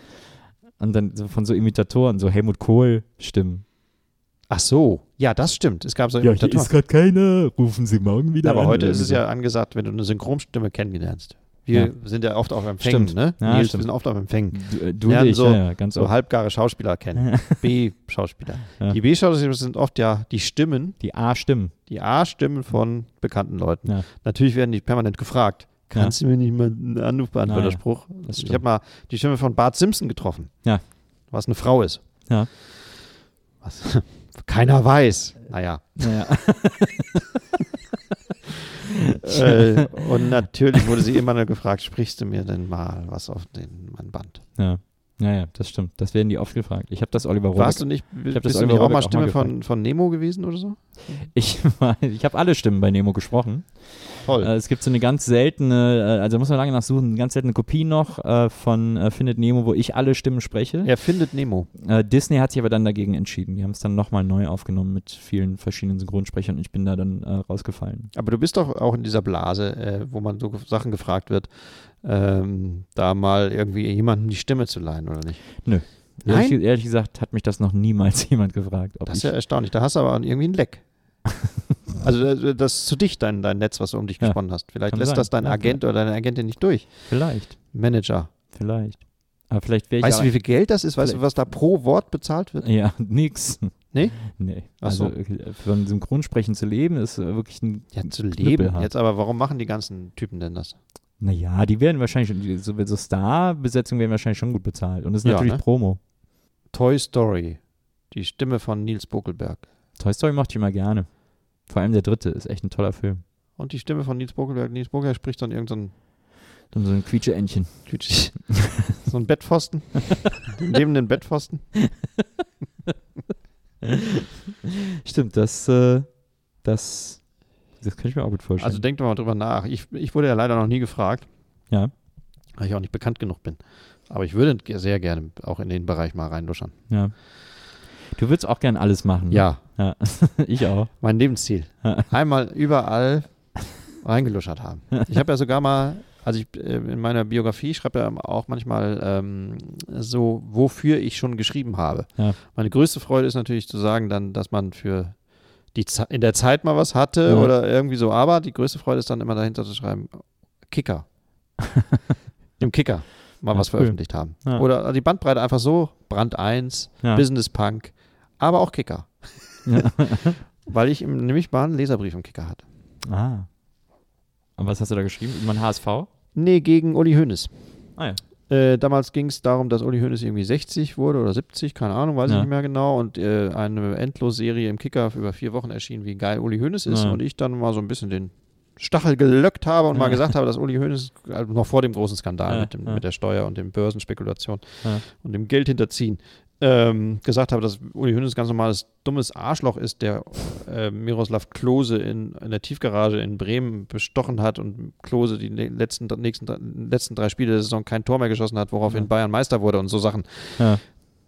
[SPEAKER 1] Und dann so von so Imitatoren, so Helmut Kohl-Stimmen.
[SPEAKER 3] Ach so. Ja, das stimmt. Es gab so Imitatoren.
[SPEAKER 1] gerade keiner. Rufen Sie morgen wieder
[SPEAKER 3] aber
[SPEAKER 1] an.
[SPEAKER 3] heute
[SPEAKER 1] oder
[SPEAKER 3] ist es
[SPEAKER 1] so.
[SPEAKER 3] ja angesagt, wenn du eine Synchronstimme kennenlernst. Wir
[SPEAKER 1] Ja.
[SPEAKER 3] sind ja oft auf Empfängen,
[SPEAKER 1] Stimmt.
[SPEAKER 3] ne?
[SPEAKER 1] Ja,
[SPEAKER 3] Nils,
[SPEAKER 1] stimmt.
[SPEAKER 3] wir sind oft auf Empfängen.
[SPEAKER 1] Du, äh, du
[SPEAKER 3] Ja,
[SPEAKER 1] dich,
[SPEAKER 3] so-
[SPEAKER 1] ja, ja, ganz
[SPEAKER 3] So
[SPEAKER 1] oft.
[SPEAKER 3] halbgare Schauspieler kennen. B-Schauspieler.
[SPEAKER 1] Ja.
[SPEAKER 3] Die B-Schauspieler sind oft ja die Stimmen,
[SPEAKER 1] Die A-Stimmen.
[SPEAKER 3] die A-Stimmen von bekannten Leuten.
[SPEAKER 1] Ja.
[SPEAKER 3] Natürlich werden die permanent gefragt. Kannst du mir nicht mal einen Anruf beantworten?
[SPEAKER 1] Naja,
[SPEAKER 3] der Spruch.
[SPEAKER 1] das
[SPEAKER 3] Ich
[SPEAKER 1] stimmt.
[SPEAKER 3] habe mal die Stimme von Bart Simpson getroffen.
[SPEAKER 1] Ja.
[SPEAKER 3] Was eine Frau ist.
[SPEAKER 1] Ja.
[SPEAKER 3] Was keiner weiß. Naja.
[SPEAKER 1] Naja.
[SPEAKER 3] äh, und natürlich wurde sie immer nur gefragt, sprichst du mir denn mal was auf den, mein Band?
[SPEAKER 1] Ja. ja, ja, das stimmt. Das werden die oft gefragt. Ich habe das Oliver Rohrbeck.
[SPEAKER 3] Warst du nicht, ich
[SPEAKER 1] hab das
[SPEAKER 3] bist du
[SPEAKER 1] Oliver
[SPEAKER 3] nicht auch mal
[SPEAKER 1] Rohrbeck auch mal
[SPEAKER 3] Stimme von, von Nemo gewesen oder so?
[SPEAKER 1] Ich, war- ich habe alle Stimmen bei Nemo gesprochen.
[SPEAKER 3] Toll.
[SPEAKER 1] Äh, es gibt so eine ganz seltene, äh, also muss man lange nachsuchen, eine ganz seltene Kopie noch äh, von äh, Findet Nemo, wo ich alle Stimmen spreche.
[SPEAKER 3] er findet Nemo.
[SPEAKER 1] Äh, Disney hat sich aber dann dagegen entschieden. Die haben es dann nochmal neu aufgenommen mit vielen verschiedenen Synchronsprechern und ich bin da dann äh, rausgefallen.
[SPEAKER 3] Aber du bist doch auch in dieser Blase, äh, wo man so ge- Sachen gefragt wird, ähm, da mal irgendwie jemandem die Stimme zu leihen, oder nicht? Nein.
[SPEAKER 1] Ehrlich, ehrlich gesagt hat mich das noch niemals jemand gefragt. Ob
[SPEAKER 3] Das ist
[SPEAKER 1] ich,
[SPEAKER 3] ja erstaunlich. Da hast du aber irgendwie ein Leck. also äh, das ist zu dicht, dein, dein Netz, was du um dich
[SPEAKER 1] Ja.
[SPEAKER 3] gesponnen hast. Vielleicht
[SPEAKER 1] Kann
[SPEAKER 3] lässt
[SPEAKER 1] sein.
[SPEAKER 3] das dein
[SPEAKER 1] Ja,
[SPEAKER 3] Agent oder deine Agentin nicht durch. Manager.
[SPEAKER 1] vielleicht. Aber vielleicht wäre ich
[SPEAKER 3] Weißt du,
[SPEAKER 1] ja,
[SPEAKER 3] wie viel Geld das ist? Weißt du, was da pro Wort bezahlt wird?
[SPEAKER 1] Ja, nix.
[SPEAKER 3] Nee?
[SPEAKER 1] Nee.
[SPEAKER 3] Ach
[SPEAKER 1] also
[SPEAKER 3] so.
[SPEAKER 1] äh, von Synchronsprechen zu leben ist äh, wirklich ein
[SPEAKER 3] Ja, zu
[SPEAKER 1] Knüppelhart.
[SPEAKER 3] leben. Jetzt aber, warum machen die ganzen Typen denn das?
[SPEAKER 1] Naja, die werden wahrscheinlich, die- so, so Star-Besetzungen werden wahrscheinlich schon gut bezahlt. Und das ist
[SPEAKER 3] Ja,
[SPEAKER 1] natürlich
[SPEAKER 3] ne?
[SPEAKER 1] Promo.
[SPEAKER 3] Toy Story. Die Stimme von Nils Bokelberg.
[SPEAKER 1] Toy Story mochte ich immer gerne. Vor allem der dritte ist echt ein toller Film.
[SPEAKER 3] Und die Stimme von Nils Bokelberg. Nils Bokelberg spricht dann irgendein
[SPEAKER 1] Und so ein Quietscheentchen.
[SPEAKER 3] so ein- so ein Bettpfosten. Den lebenden Bettpfosten.
[SPEAKER 1] Stimmt, das, äh, das, das könnte ich mir auch gut vorstellen.
[SPEAKER 3] Also denkt doch mal drüber nach. Ich, ich wurde ja leider noch nie gefragt.
[SPEAKER 1] ja,
[SPEAKER 3] weil ich auch nicht bekannt genug bin. Aber ich würde ge- sehr gerne auch in den Bereich mal reinluschern.
[SPEAKER 1] ja. Du würdest auch gern alles machen. ne?
[SPEAKER 3] Ja,
[SPEAKER 1] ja. ich auch.
[SPEAKER 3] mein Lebensziel.
[SPEAKER 1] Ja.
[SPEAKER 3] Einmal überall reingeluschert haben. Ich habe ja sogar mal, also ich, äh, in meiner Biografie schreibe ja auch manchmal ähm, so, wofür ich schon geschrieben habe.
[SPEAKER 1] Ja.
[SPEAKER 3] Meine größte Freude ist natürlich zu sagen dann, dass man für die Ze- in der Zeit mal was hatte
[SPEAKER 1] Ja.
[SPEAKER 3] oder irgendwie so, aber die größte Freude ist dann immer dahinter zu schreiben, Kicker. Im Kicker mal
[SPEAKER 1] Ja,
[SPEAKER 3] was
[SPEAKER 1] cool.
[SPEAKER 3] veröffentlicht haben.
[SPEAKER 1] Ja.
[SPEAKER 3] Oder die Bandbreite einfach so, Brand 1,
[SPEAKER 1] Ja.
[SPEAKER 3] Business Punk, aber auch Kicker.
[SPEAKER 1] Ja.
[SPEAKER 3] Weil ich im, nämlich mal einen Leserbrief im Kicker hatte.
[SPEAKER 1] ah. Und was hast du da geschrieben? Über den HSV?
[SPEAKER 3] Nee, gegen Uli Hoeneß.
[SPEAKER 1] Ah ja.
[SPEAKER 3] Äh, damals ging es darum, dass Uli Hoeneß irgendwie 60 wurde oder 70, keine Ahnung, weiß
[SPEAKER 1] Ja.
[SPEAKER 3] ich nicht mehr genau. Und äh, eine Endlosserie im Kicker über vier Wochen erschien, wie geil Uli Hoeneß ist.
[SPEAKER 1] Ja.
[SPEAKER 3] Und ich dann mal so ein bisschen den Stachel gelöckt habe und mal
[SPEAKER 1] Ja.
[SPEAKER 3] gesagt habe, dass Uli Hoeneß, also noch vor dem großen Skandal
[SPEAKER 1] Ja,
[SPEAKER 3] mit, dem,
[SPEAKER 1] ja.
[SPEAKER 3] mit der Steuer und den Börsenspekulationen
[SPEAKER 1] Ja.
[SPEAKER 3] und dem Geld hinterziehen, ähm, gesagt habe, dass Uli Hoeneß ganz normales dummes Arschloch ist, der äh, Miroslav Klose in, in der Tiefgarage in Bremen bestochen hat und Klose die le- letzten, nächsten, letzten drei Spiele der Saison kein Tor mehr geschossen hat, woraufhin
[SPEAKER 1] Ja.
[SPEAKER 3] Bayern Meister wurde und so Sachen.
[SPEAKER 1] Ja.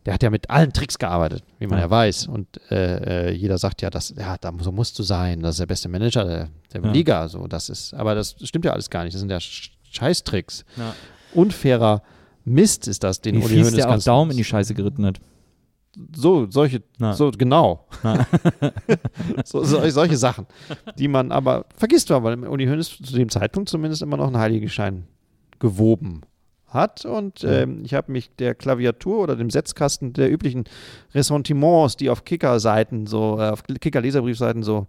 [SPEAKER 3] Der hat ja mit allen Tricks gearbeitet, wie man ja,
[SPEAKER 1] Ja.
[SPEAKER 3] weiß. Und äh, äh, jeder sagt ja, das, ja, da, so musst du sein. Das ist der beste Manager der, der
[SPEAKER 1] Ja.
[SPEAKER 3] Liga. So, das ist, aber das stimmt ja alles gar nicht. Das sind ja Sch- Scheißtricks.
[SPEAKER 1] Ja.
[SPEAKER 3] Unfairer Mist ist das, den
[SPEAKER 1] Wie
[SPEAKER 3] Uli
[SPEAKER 1] fies
[SPEAKER 3] Hoeneß
[SPEAKER 1] der auch
[SPEAKER 3] ganz-
[SPEAKER 1] Daumen in die Scheiße geritten hat.
[SPEAKER 3] so solche
[SPEAKER 1] Na.
[SPEAKER 3] so genau
[SPEAKER 1] Na.
[SPEAKER 3] so, so, solche Sachen die man aber vergisst war weil Uli Hoeneß zu dem Zeitpunkt zumindest immer noch einen Heiligenschein gewoben hat und ähm, ich habe mich der Klaviatur oder dem Setzkasten der üblichen Ressentiments, die auf Kicker-Seiten so äh, auf Kicker-Leserbriefseiten so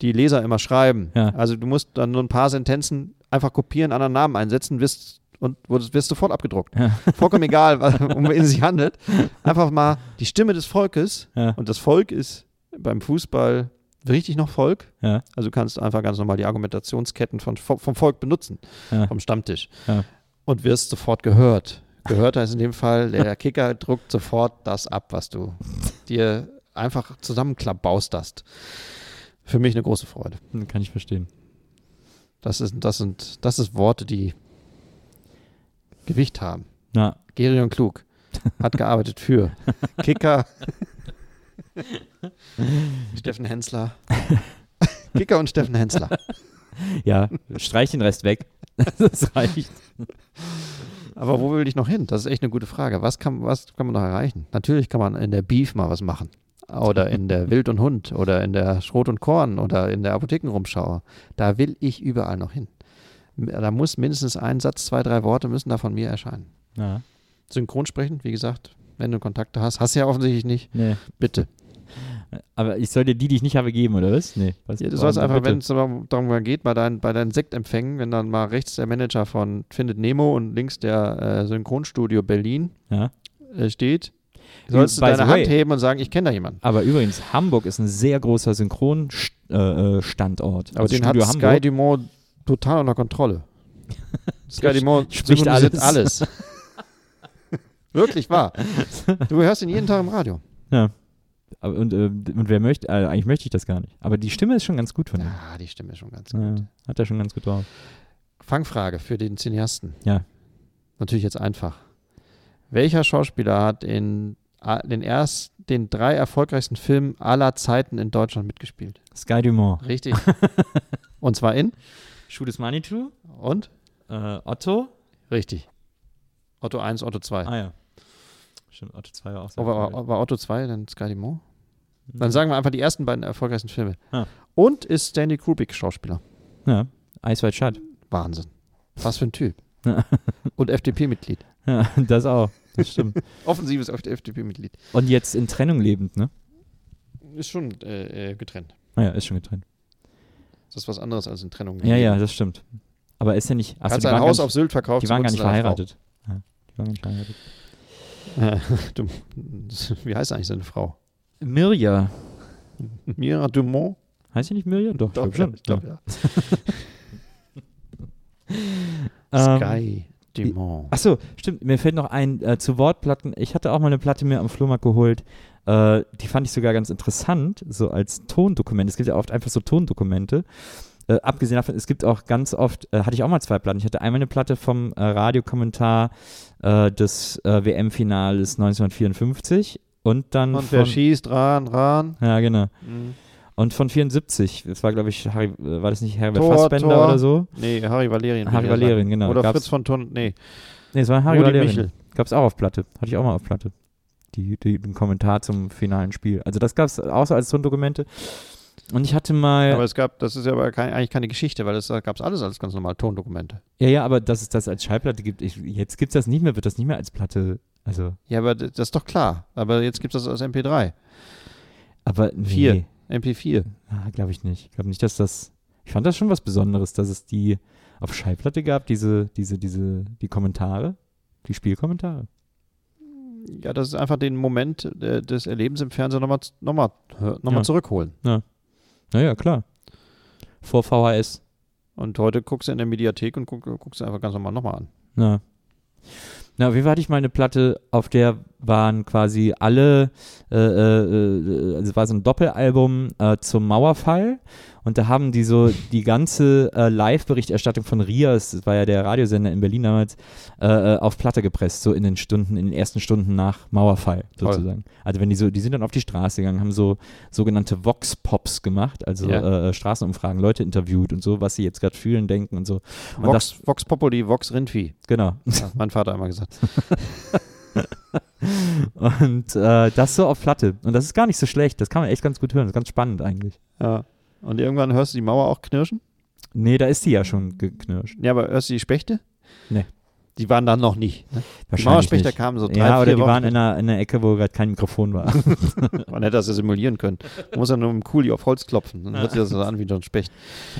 [SPEAKER 3] die Leser immer schreiben.
[SPEAKER 1] Ja.
[SPEAKER 3] Also du musst dann nur ein paar Sentenzen einfach kopieren, anderen Namen einsetzen, wirst und wurdest- wirst sofort abgedruckt.
[SPEAKER 1] Ja.
[SPEAKER 3] Vollkommen egal, was- um wen es sich handelt. Einfach mal die Stimme des Volkes.
[SPEAKER 1] Ja.
[SPEAKER 3] Und das Volk ist beim Fußball richtig noch Volk.
[SPEAKER 1] Ja.
[SPEAKER 3] Also du kannst einfach ganz normal die Argumentationsketten von, vom vom Volk benutzen,
[SPEAKER 1] Ja.
[SPEAKER 3] vom Stammtisch.
[SPEAKER 1] Ja.
[SPEAKER 3] Und wirst sofort gehört. Gehört heißt in dem Fall, der Kicker druckt sofort das ab, was du dir einfach zusammenklappbaust hast. Für mich eine große Freude.
[SPEAKER 1] Kann ich verstehen.
[SPEAKER 3] Das, ist, das, sind, das ist Worte, die Gewicht haben.
[SPEAKER 1] Na,
[SPEAKER 3] Gerion Klug. Hat gearbeitet für Kicker, Steffen Hensler. Kicker und Steffen Hensler.
[SPEAKER 1] Ja, streich den Rest weg. Das reicht.
[SPEAKER 3] Aber wo will ich noch hin? Das ist echt eine gute Frage. Was kann, was kann man noch erreichen? Natürlich kann man in der Beef mal was machen. Oder in der Wild und Hund oder in der Schrot und Korn oder in der Apothekenrumschau. Da will ich überall noch hin. Da muss mindestens ein Satz, zwei, drei Worte müssen da von mir erscheinen.
[SPEAKER 1] Ja.
[SPEAKER 3] Synchron sprechen, wie gesagt, wenn du Kontakte hast. Hast du ja offensichtlich nicht.
[SPEAKER 1] Nee.
[SPEAKER 3] Bitte.
[SPEAKER 1] Aber ich soll dir die, die ich nicht habe, geben, oder was? Nee. Was,
[SPEAKER 3] Ja, du sollst
[SPEAKER 1] warum-
[SPEAKER 3] einfach, wenn
[SPEAKER 1] bitte.
[SPEAKER 3] es darum darum geht, bei deinen, bei deinen Sektempfängen, wenn dann mal rechts der Manager von Findet Nemo und links der äh, Synchronstudio Berlin
[SPEAKER 1] Ja.
[SPEAKER 3] äh, steht, sollst du
[SPEAKER 1] by the
[SPEAKER 3] deine
[SPEAKER 1] way.
[SPEAKER 3] Hand heben und sagen, ich kenne da jemanden.
[SPEAKER 1] Aber übrigens, Hamburg ist ein sehr großer äh, Synchronstandort.
[SPEAKER 3] Aber den hat Sky Dumont total unter Kontrolle. Sky Dumont
[SPEAKER 1] spricht
[SPEAKER 3] synchronisiert
[SPEAKER 1] alles.
[SPEAKER 3] alles. Wirklich wahr. Du hörst ihn jeden Tag im Radio.
[SPEAKER 1] Aber- Und, äh, und wer möchte, äh, eigentlich möchte ich das gar nicht. Aber die Stimme ist schon ganz gut von ihm.
[SPEAKER 3] Ja, die Stimme ist schon ganz
[SPEAKER 1] Genau. Ja,
[SPEAKER 3] gut.
[SPEAKER 1] hat er schon ganz gut drauf.
[SPEAKER 3] Fangfrage für den Cineasten.
[SPEAKER 1] Ja.
[SPEAKER 3] Natürlich jetzt einfach. Welcher Schauspieler hat in a- den erst den drei erfolgreichsten Filmen aller Zeiten in Deutschland mitgespielt?
[SPEAKER 1] Sky Dumont.
[SPEAKER 3] Richtig. und zwar in
[SPEAKER 1] Schuh des Manitou,
[SPEAKER 3] und
[SPEAKER 1] äh, Otto.
[SPEAKER 3] richtig. Otto 1, Otto 2.
[SPEAKER 1] Ah ja. Stimmt, Otto 2 war auch Mhm. so.
[SPEAKER 3] Oh, war, war- war Otto 2 dann Sky Dumont? Dann sagen wir einfach die ersten beiden erfolgreichsten Filme.
[SPEAKER 1] Ah.
[SPEAKER 3] Und ist Stanley Kubrick Schauspieler.
[SPEAKER 1] Ja, Eisweit Shut.
[SPEAKER 3] Wahnsinn. Was für ein Typ.
[SPEAKER 1] Ja.
[SPEAKER 3] und FDP-Mitglied.
[SPEAKER 1] Ja, das auch. Das stimmt.
[SPEAKER 3] Offensives FDP-Mitglied.
[SPEAKER 1] und jetzt in Trennung lebend, ne?
[SPEAKER 3] Ist schon äh, äh, getrennt.
[SPEAKER 1] Naja, ist schon getrennt.
[SPEAKER 3] Das ist was anderes als in Trennung.
[SPEAKER 1] Ja, ja, das stimmt. Aber ist ja nicht. Achso,
[SPEAKER 3] Hat
[SPEAKER 1] die,
[SPEAKER 3] sein
[SPEAKER 1] waren
[SPEAKER 3] Haus
[SPEAKER 1] gar
[SPEAKER 3] auf Sylt verkauft.
[SPEAKER 1] nicht, die waren gar nicht
[SPEAKER 3] zugunsten seiner
[SPEAKER 1] verheiratet. Ja, die waren gar nicht verheiratet.
[SPEAKER 3] Frau. Du, wie heißt eigentlich seine Frau?
[SPEAKER 1] Mirja.
[SPEAKER 3] Mira Dumont?
[SPEAKER 1] Heißt sie nicht Mirja? Doch,
[SPEAKER 3] Doch,
[SPEAKER 1] ich glaub schon.
[SPEAKER 3] ich glaub, ja.
[SPEAKER 1] Ähm,
[SPEAKER 3] Sky Dumont.
[SPEAKER 1] Achso, stimmt, mir fällt noch ein äh, zu Wortplatten. Ich hatte auch mal eine Platte mir am Flohmarkt geholt. Äh, die fand ich sogar ganz interessant, so als Tondokument. Es gibt ja oft einfach so Tondokumente. Äh, abgesehen davon, es gibt auch ganz oft, äh, hatte ich auch mal zwei Platten. Ich hatte einmal eine Platte vom äh, Radiokommentar äh, des äh, WM-Finales 1954 und dann
[SPEAKER 3] Und wer
[SPEAKER 1] von,
[SPEAKER 3] schießt, ran, ran.
[SPEAKER 1] ja, genau.
[SPEAKER 3] Mhm.
[SPEAKER 1] Und von 74. Das war, glaube ich, Harry, äh, war das nicht Herbert
[SPEAKER 3] Tor,
[SPEAKER 1] Fassbender
[SPEAKER 3] Tor.
[SPEAKER 1] oder so?
[SPEAKER 3] Nee, Harry Valerien.
[SPEAKER 1] Harry
[SPEAKER 3] will ich ja
[SPEAKER 1] Valerian,
[SPEAKER 3] sagen.
[SPEAKER 1] genau.
[SPEAKER 3] Oder
[SPEAKER 1] Gab's-
[SPEAKER 3] Fritz von Ton. Nee,
[SPEAKER 1] Nee, es war Harry
[SPEAKER 3] Rudi
[SPEAKER 1] Valerian.
[SPEAKER 3] Michel.
[SPEAKER 1] Gab es auch auf Platte. Hatte ich auch mal auf Platte. Die, die, den Kommentar zum finalen Spiel. Also das gab es auch so als Tondokumente. Und ich hatte mal.
[SPEAKER 3] aber es gab, das ist ja aber kein, eigentlich keine Geschichte, weil es gab es alles als ganz normal Tondokumente.
[SPEAKER 1] ja, ja, aber dass es das als Schallplatte gibt. Ich, jetzt gibt es das nicht mehr, wird das nicht mehr als Platte. Also,
[SPEAKER 3] Ja, aber d- das ist doch klar. Aber jetzt gibt es das als MP3,
[SPEAKER 1] aber nee.
[SPEAKER 3] Vier. MP4.
[SPEAKER 1] Ah, glaube ich nicht. Ich glaube nicht, dass das. Ich fand das schon was Besonderes, dass es die auf Schallplatte gab, diese, diese, diese, die Kommentare, die Spielkommentare.
[SPEAKER 3] Ja, das ist einfach den Moment äh, des Erlebens im Fernsehen nochmal noch mal, noch mal
[SPEAKER 1] Ja.
[SPEAKER 3] zurückholen.
[SPEAKER 1] Naja, klar. Vor VHS.
[SPEAKER 3] Und heute guckst du in der Mediathek und guck, guckst du einfach ganz normal nochmal an.
[SPEAKER 1] Na. Na, auf jeden Fall hatte ich mal eine Platte, auf der waren quasi alle, äh, äh, äh, also war so ein Doppelalbum äh, zum Mauerfall und da haben die so die ganze äh, Live-Berichterstattung von Rias, das war ja der Radiosender in Berlin damals, äh, äh, auf Platte gepresst, so in den Stunden, in den ersten Stunden nach Mauerfall
[SPEAKER 3] Toll.
[SPEAKER 1] sozusagen. Also wenn die so, die sind dann auf die Straße gegangen, haben so sogenannte Vox-Pops gemacht, also
[SPEAKER 3] Ja.
[SPEAKER 1] äh, Straßenumfragen, Leute interviewt und so, was sie jetzt gerade fühlen, denken und so. Und das,
[SPEAKER 3] Vox, Vox Populi, Vox Rindvieh,
[SPEAKER 1] genau.
[SPEAKER 3] hat mein Vater einmal gesagt.
[SPEAKER 1] Und äh, das so auf Platte. Und das ist gar nicht so schlecht. Das kann man echt ganz gut hören. Das ist ganz spannend eigentlich.
[SPEAKER 3] Ja. Und irgendwann hörst du die Mauer auch knirschen?
[SPEAKER 1] Nee, da ist die ja schon geknirscht.
[SPEAKER 3] Ja, aber hörst du die Spechte?
[SPEAKER 1] Nee.
[SPEAKER 3] Die waren dann noch nicht. Ne? Die
[SPEAKER 1] Wahrscheinlich
[SPEAKER 3] Mauerspechter
[SPEAKER 1] nicht.
[SPEAKER 3] kamen so drei,
[SPEAKER 1] ja, oder
[SPEAKER 3] vier
[SPEAKER 1] die
[SPEAKER 3] Wochen.
[SPEAKER 1] waren in einer, in einer Ecke, wo gerade kein Mikrofon war.
[SPEAKER 3] Man hätte das ja simulieren können. Man muss ja nur mit dem Kuli auf Holz klopfen. Dann hört sich das so an wie so ein Specht.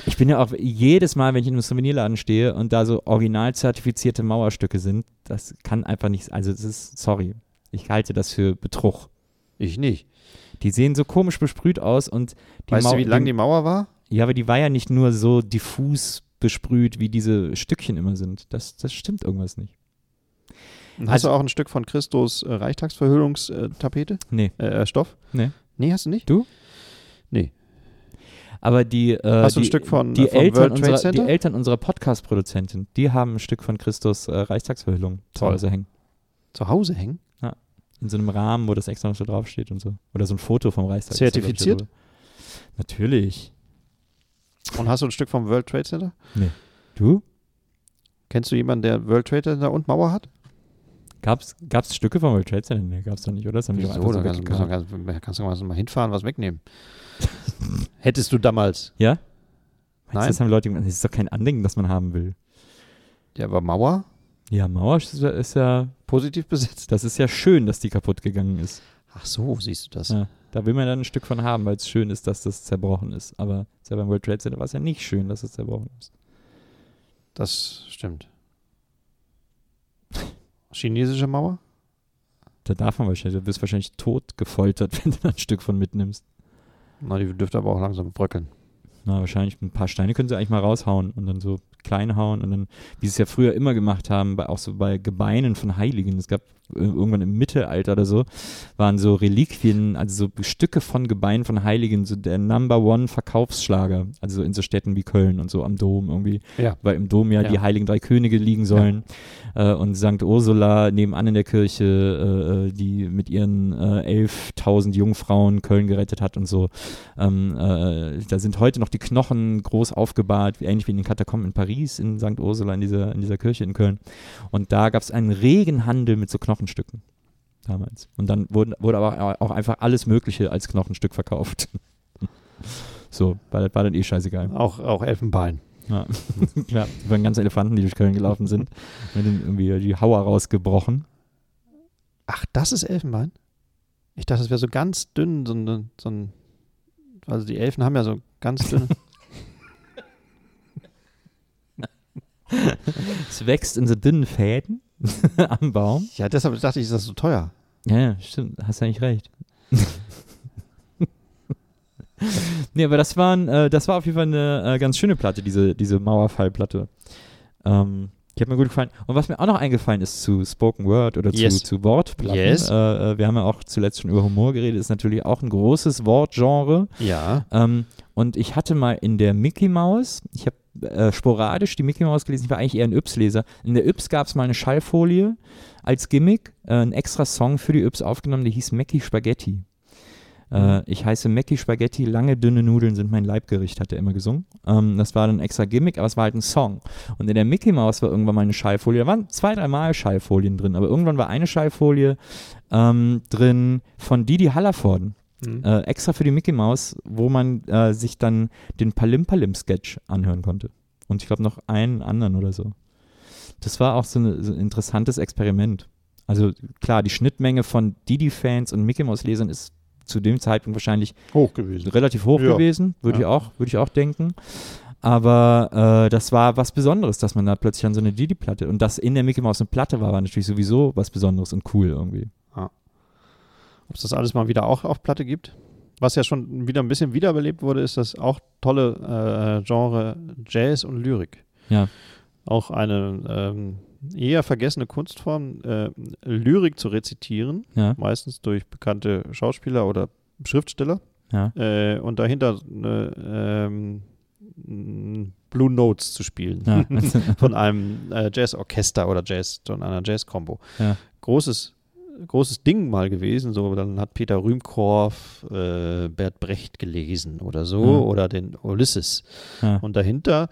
[SPEAKER 1] Ich bin ja auch jedes Mal, wenn ich in einem Souvenirladen stehe und da so original zertifizierte Mauerstücke sind, das kann einfach nicht. Also, es ist, sorry. Ich halte das für Betrug.
[SPEAKER 3] Ich nicht.
[SPEAKER 1] Die sehen so komisch besprüht aus und die
[SPEAKER 3] weißt
[SPEAKER 1] Mauer.
[SPEAKER 3] du, wie lang die Mauer war?
[SPEAKER 1] Ja, aber die war ja nicht nur so diffus besprüht, wie diese Stückchen immer sind. Das, das stimmt irgendwas nicht.
[SPEAKER 3] Und
[SPEAKER 1] Also
[SPEAKER 3] hast du auch ein Stück von Christos äh, Reichstagsverhüllungstapete?
[SPEAKER 1] Nee.
[SPEAKER 3] Äh, äh, Stoff?
[SPEAKER 1] Nee.
[SPEAKER 3] Nee, hast du nicht?
[SPEAKER 1] Aber die, äh,
[SPEAKER 3] Hast du ein
[SPEAKER 1] die,
[SPEAKER 3] Stück von-
[SPEAKER 1] die,
[SPEAKER 3] äh, vom
[SPEAKER 1] Eltern
[SPEAKER 3] World Trade
[SPEAKER 1] unserer, die
[SPEAKER 3] Center?
[SPEAKER 1] Eltern unserer Podcast-Produzentin, die haben ein Stück von Christus äh, Reichstagsverhüllung zu
[SPEAKER 3] Toll.
[SPEAKER 1] Hause hängen.
[SPEAKER 3] Zu Hause hängen?
[SPEAKER 1] Ja. in so einem Rahmen, wo das extra noch so draufsteht und so. Oder so ein Foto vom Reichstag. ist da, glaub ich,
[SPEAKER 3] Zertifiziert?
[SPEAKER 1] darüber. Natürlich.
[SPEAKER 3] Und hast du ein Stück vom World Trade Center?
[SPEAKER 1] Du?
[SPEAKER 3] Kennst du jemanden, der World Trade Center und Mauer hat?
[SPEAKER 1] Gab's, gab's Stücke vom World Trade Center? Nee, gab's doch nicht, oder? Das haben die doch einfach
[SPEAKER 3] Da
[SPEAKER 1] so
[SPEAKER 3] kannst, du-
[SPEAKER 1] weggekarrt.
[SPEAKER 3] kannst, du- kannst du mal hinfahren, was wegnehmen. Hättest du damals.
[SPEAKER 1] Ja? Meinst
[SPEAKER 3] Nein.
[SPEAKER 1] du, das haben Leute gemacht? Das ist doch kein Andenken, das man haben will.
[SPEAKER 3] Ja, aber Mauer?
[SPEAKER 1] Ja, Mauer ist ja- ist ja,
[SPEAKER 3] Positiv besetzt?
[SPEAKER 1] das ist ja schön, dass die kaputt gegangen ist.
[SPEAKER 3] Ach so, siehst du das.
[SPEAKER 1] Ja. Da will man dann ein Stück von haben, weil es schön ist, dass das zerbrochen ist. Aber ist ja beim World Trade Center war es ja nicht schön, dass es zerbrochen ist.
[SPEAKER 3] Das stimmt. Chinesische Mauer?
[SPEAKER 1] Da darf man wahrscheinlich, du wirst wahrscheinlich tot gefoltert, wenn du da ein Stück von mitnimmst.
[SPEAKER 3] Na, die dürfte aber auch langsam bröckeln.
[SPEAKER 1] Na, wahrscheinlich ein paar Steine können sie eigentlich mal raushauen und dann so klein hauen und dann, wie sie es ja früher immer gemacht haben, bei, auch so bei Gebeinen von Heiligen. Es gab äh, irgendwann im Mittelalter oder so, waren so Reliquien, also so Stücke von Gebeinen von Heiligen, so der Number One Verkaufsschlager. Also so in so Städten wie Köln und so am Dom irgendwie.
[SPEAKER 3] Ja.
[SPEAKER 1] Weil im Dom ja,
[SPEAKER 3] Ja.
[SPEAKER 1] die Heiligen Drei Könige liegen sollen. Äh, und St. Ursula nebenan in der Kirche, äh, äh, die mit ihren äh, 11.000 Jungfrauen Köln gerettet hat und so. Ähm, äh, da sind heute noch die Knochen groß aufgebahrt, wie- ähnlich wie in den Katakomben in Paris, in St. Ursula, in dieser, in dieser Kirche in Köln. Und da gab es einen regen Handel mit so Knochenstücken damals. Und dann wurden, wurde aber auch einfach alles Mögliche als Knochenstück verkauft. so, war, war dann eh scheißegal.
[SPEAKER 3] Auch, auch Elfenbein.
[SPEAKER 1] Ja. Klar, das waren ganze Elefanten, die durch Köln gelaufen sind. Mit denen irgendwie die Hauer rausgebrochen.
[SPEAKER 3] Ach, das ist Elfenbein? Ich dachte, das wäre so ganz dünn, so ein, so ein. Also die Elfen haben ja so ganz dünne.
[SPEAKER 1] Es wächst in so dünnen Fäden am Baum.
[SPEAKER 3] ja, deshalb dachte ich, ist das so teuer.
[SPEAKER 1] Ja, ja, stimmt. Hast eigentlich recht. nee, aber das, waren, äh, das war auf jeden Fall eine äh, ganz schöne Platte, diese, diese Mauerfallplatte. Ähm, die hat mir gut gefallen. Und was mir auch noch eingefallen ist zu Spoken Word oder zu,
[SPEAKER 3] Yes.
[SPEAKER 1] zu Wortplatten,
[SPEAKER 3] Yes.
[SPEAKER 1] äh, äh, wir haben ja auch zuletzt schon über Humor geredet, ist natürlich auch ein großes Wortgenre.
[SPEAKER 3] Ja.
[SPEAKER 1] Ähm, und ich hatte mal in der Mickey Mouse, ich habe äh, sporadisch die Mickey Mouse gelesen, ich war eigentlich eher ein Yps-Leser. In der Yps gab es mal eine Schallfolie als Gimmick, äh, ein extra Song für die Yps aufgenommen, der hieß Mackie Spaghetti. Äh, ich heiße Mackie Spaghetti, lange dünne Nudeln sind mein Leibgericht, hat er immer gesungen. Ähm, das war dann ein extra Gimmick, aber es war halt ein Song. Und in der Mickey Mouse war irgendwann mal eine Schallfolie, da waren zwei, dreimal Schallfolien drin, aber irgendwann war eine Schallfolie ähm, drin von Didi Hallervorden
[SPEAKER 3] Hm.
[SPEAKER 1] äh, extra für die Mickey Mouse, wo man äh, sich dann den Palim Palim Sketch anhören konnte. Und ich glaube noch einen anderen oder so. Das war auch so, eine, so ein interessantes Experiment. Also klar, die Schnittmenge von Didi-Fans und Mickey Mouse-Lesern ist zu dem Zeitpunkt wahrscheinlich
[SPEAKER 3] Hoch gewesen.
[SPEAKER 1] relativ hoch
[SPEAKER 3] Ja.
[SPEAKER 1] gewesen, würde ich
[SPEAKER 3] Ja.
[SPEAKER 1] auch, würde ich auch denken. Aber äh, das war was Besonderes, dass man da plötzlich an so eine Didi-Platte und das in der Mickey Mouse eine Platte war, war natürlich sowieso was Besonderes und cool irgendwie.
[SPEAKER 3] Ob es das alles mal wieder auch auf Platte gibt? Was ja schon wieder ein bisschen wiederbelebt wurde, ist das auch tolle äh, Genre Jazz und Lyrik.
[SPEAKER 1] Ja.
[SPEAKER 3] Auch eine ähm, eher vergessene Kunstform, äh, Lyrik zu rezitieren,
[SPEAKER 1] Ja,
[SPEAKER 3] meistens durch bekannte Schauspieler oder Schriftsteller.
[SPEAKER 1] ja.
[SPEAKER 3] Äh, und dahinter äh, ähm, m, Blue Notes zu spielen.
[SPEAKER 1] ja.
[SPEAKER 3] von einem äh, Jazzorchester oder Jazz, von einer Jazz-Combo.
[SPEAKER 1] Ja.
[SPEAKER 3] Großes, großes Ding mal gewesen. So, dann hat Peter Rühmkorff äh, Bert Brecht gelesen oder so
[SPEAKER 1] Ja.
[SPEAKER 3] oder den Ulysses.
[SPEAKER 1] Ja.
[SPEAKER 3] Und dahinter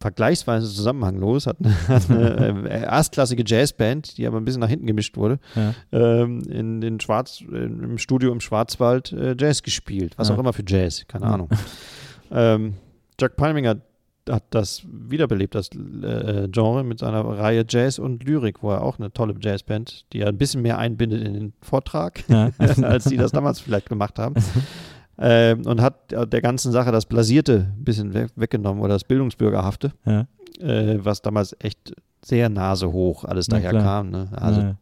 [SPEAKER 3] vergleichsweise zusammenhanglos hat, hat eine äh, erstklassige Jazzband, die aber ein bisschen nach hinten gemischt wurde,
[SPEAKER 1] Ja.
[SPEAKER 3] ähm, in den Schwarz, in- im Studio im Schwarzwald äh, Jazz gespielt. Was
[SPEAKER 1] Ja.
[SPEAKER 3] auch immer für Jazz, keine
[SPEAKER 1] Ja.
[SPEAKER 3] Ahnung. ähm, Jack Palminger hat das wiederbelebt, das äh, äh, Genre, mit seiner Reihe Jazz und Lyrik, wo er auch eine tolle Jazzband, die er ein bisschen mehr einbindet in den Vortrag,
[SPEAKER 1] ja.
[SPEAKER 3] als die das damals vielleicht gemacht haben. Ähm, und hat äh, der ganzen Sache das Blasierte ein bisschen we weggenommen oder das Bildungsbürgerhafte,
[SPEAKER 1] ja.
[SPEAKER 3] äh, was damals echt sehr Nase hoch alles
[SPEAKER 1] Na
[SPEAKER 3] daher
[SPEAKER 1] klar.
[SPEAKER 3] kam. Ne? Also
[SPEAKER 1] ja.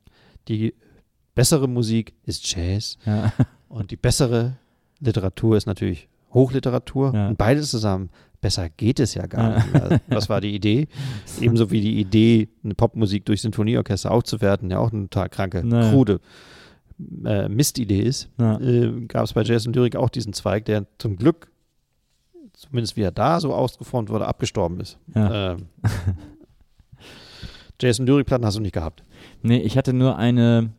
[SPEAKER 3] die bessere Musik ist Jazz
[SPEAKER 1] Ja,
[SPEAKER 3] und die bessere Literatur ist natürlich Hochliteratur
[SPEAKER 1] Ja.
[SPEAKER 3] und beides zusammen. Besser geht es ja gar
[SPEAKER 1] Ja.
[SPEAKER 3] nicht. Mehr. Also, Das war die Idee. Ebenso wie die Idee, eine Popmusik durch Sinfonieorchester aufzuwerten, ja auch eine total kranke,
[SPEAKER 1] Naja.
[SPEAKER 3] krude äh, Mistidee ist,
[SPEAKER 1] ja,
[SPEAKER 3] äh, gab es bei Jazz und Lyrik auch diesen Zweig, der zum Glück, zumindest wie er da so ausgeformt wurde, abgestorben ist.
[SPEAKER 1] ja.
[SPEAKER 3] Ähm, Jazz und Lyrik-Platten hast du nicht gehabt.
[SPEAKER 1] Nee, ich hatte nur eine,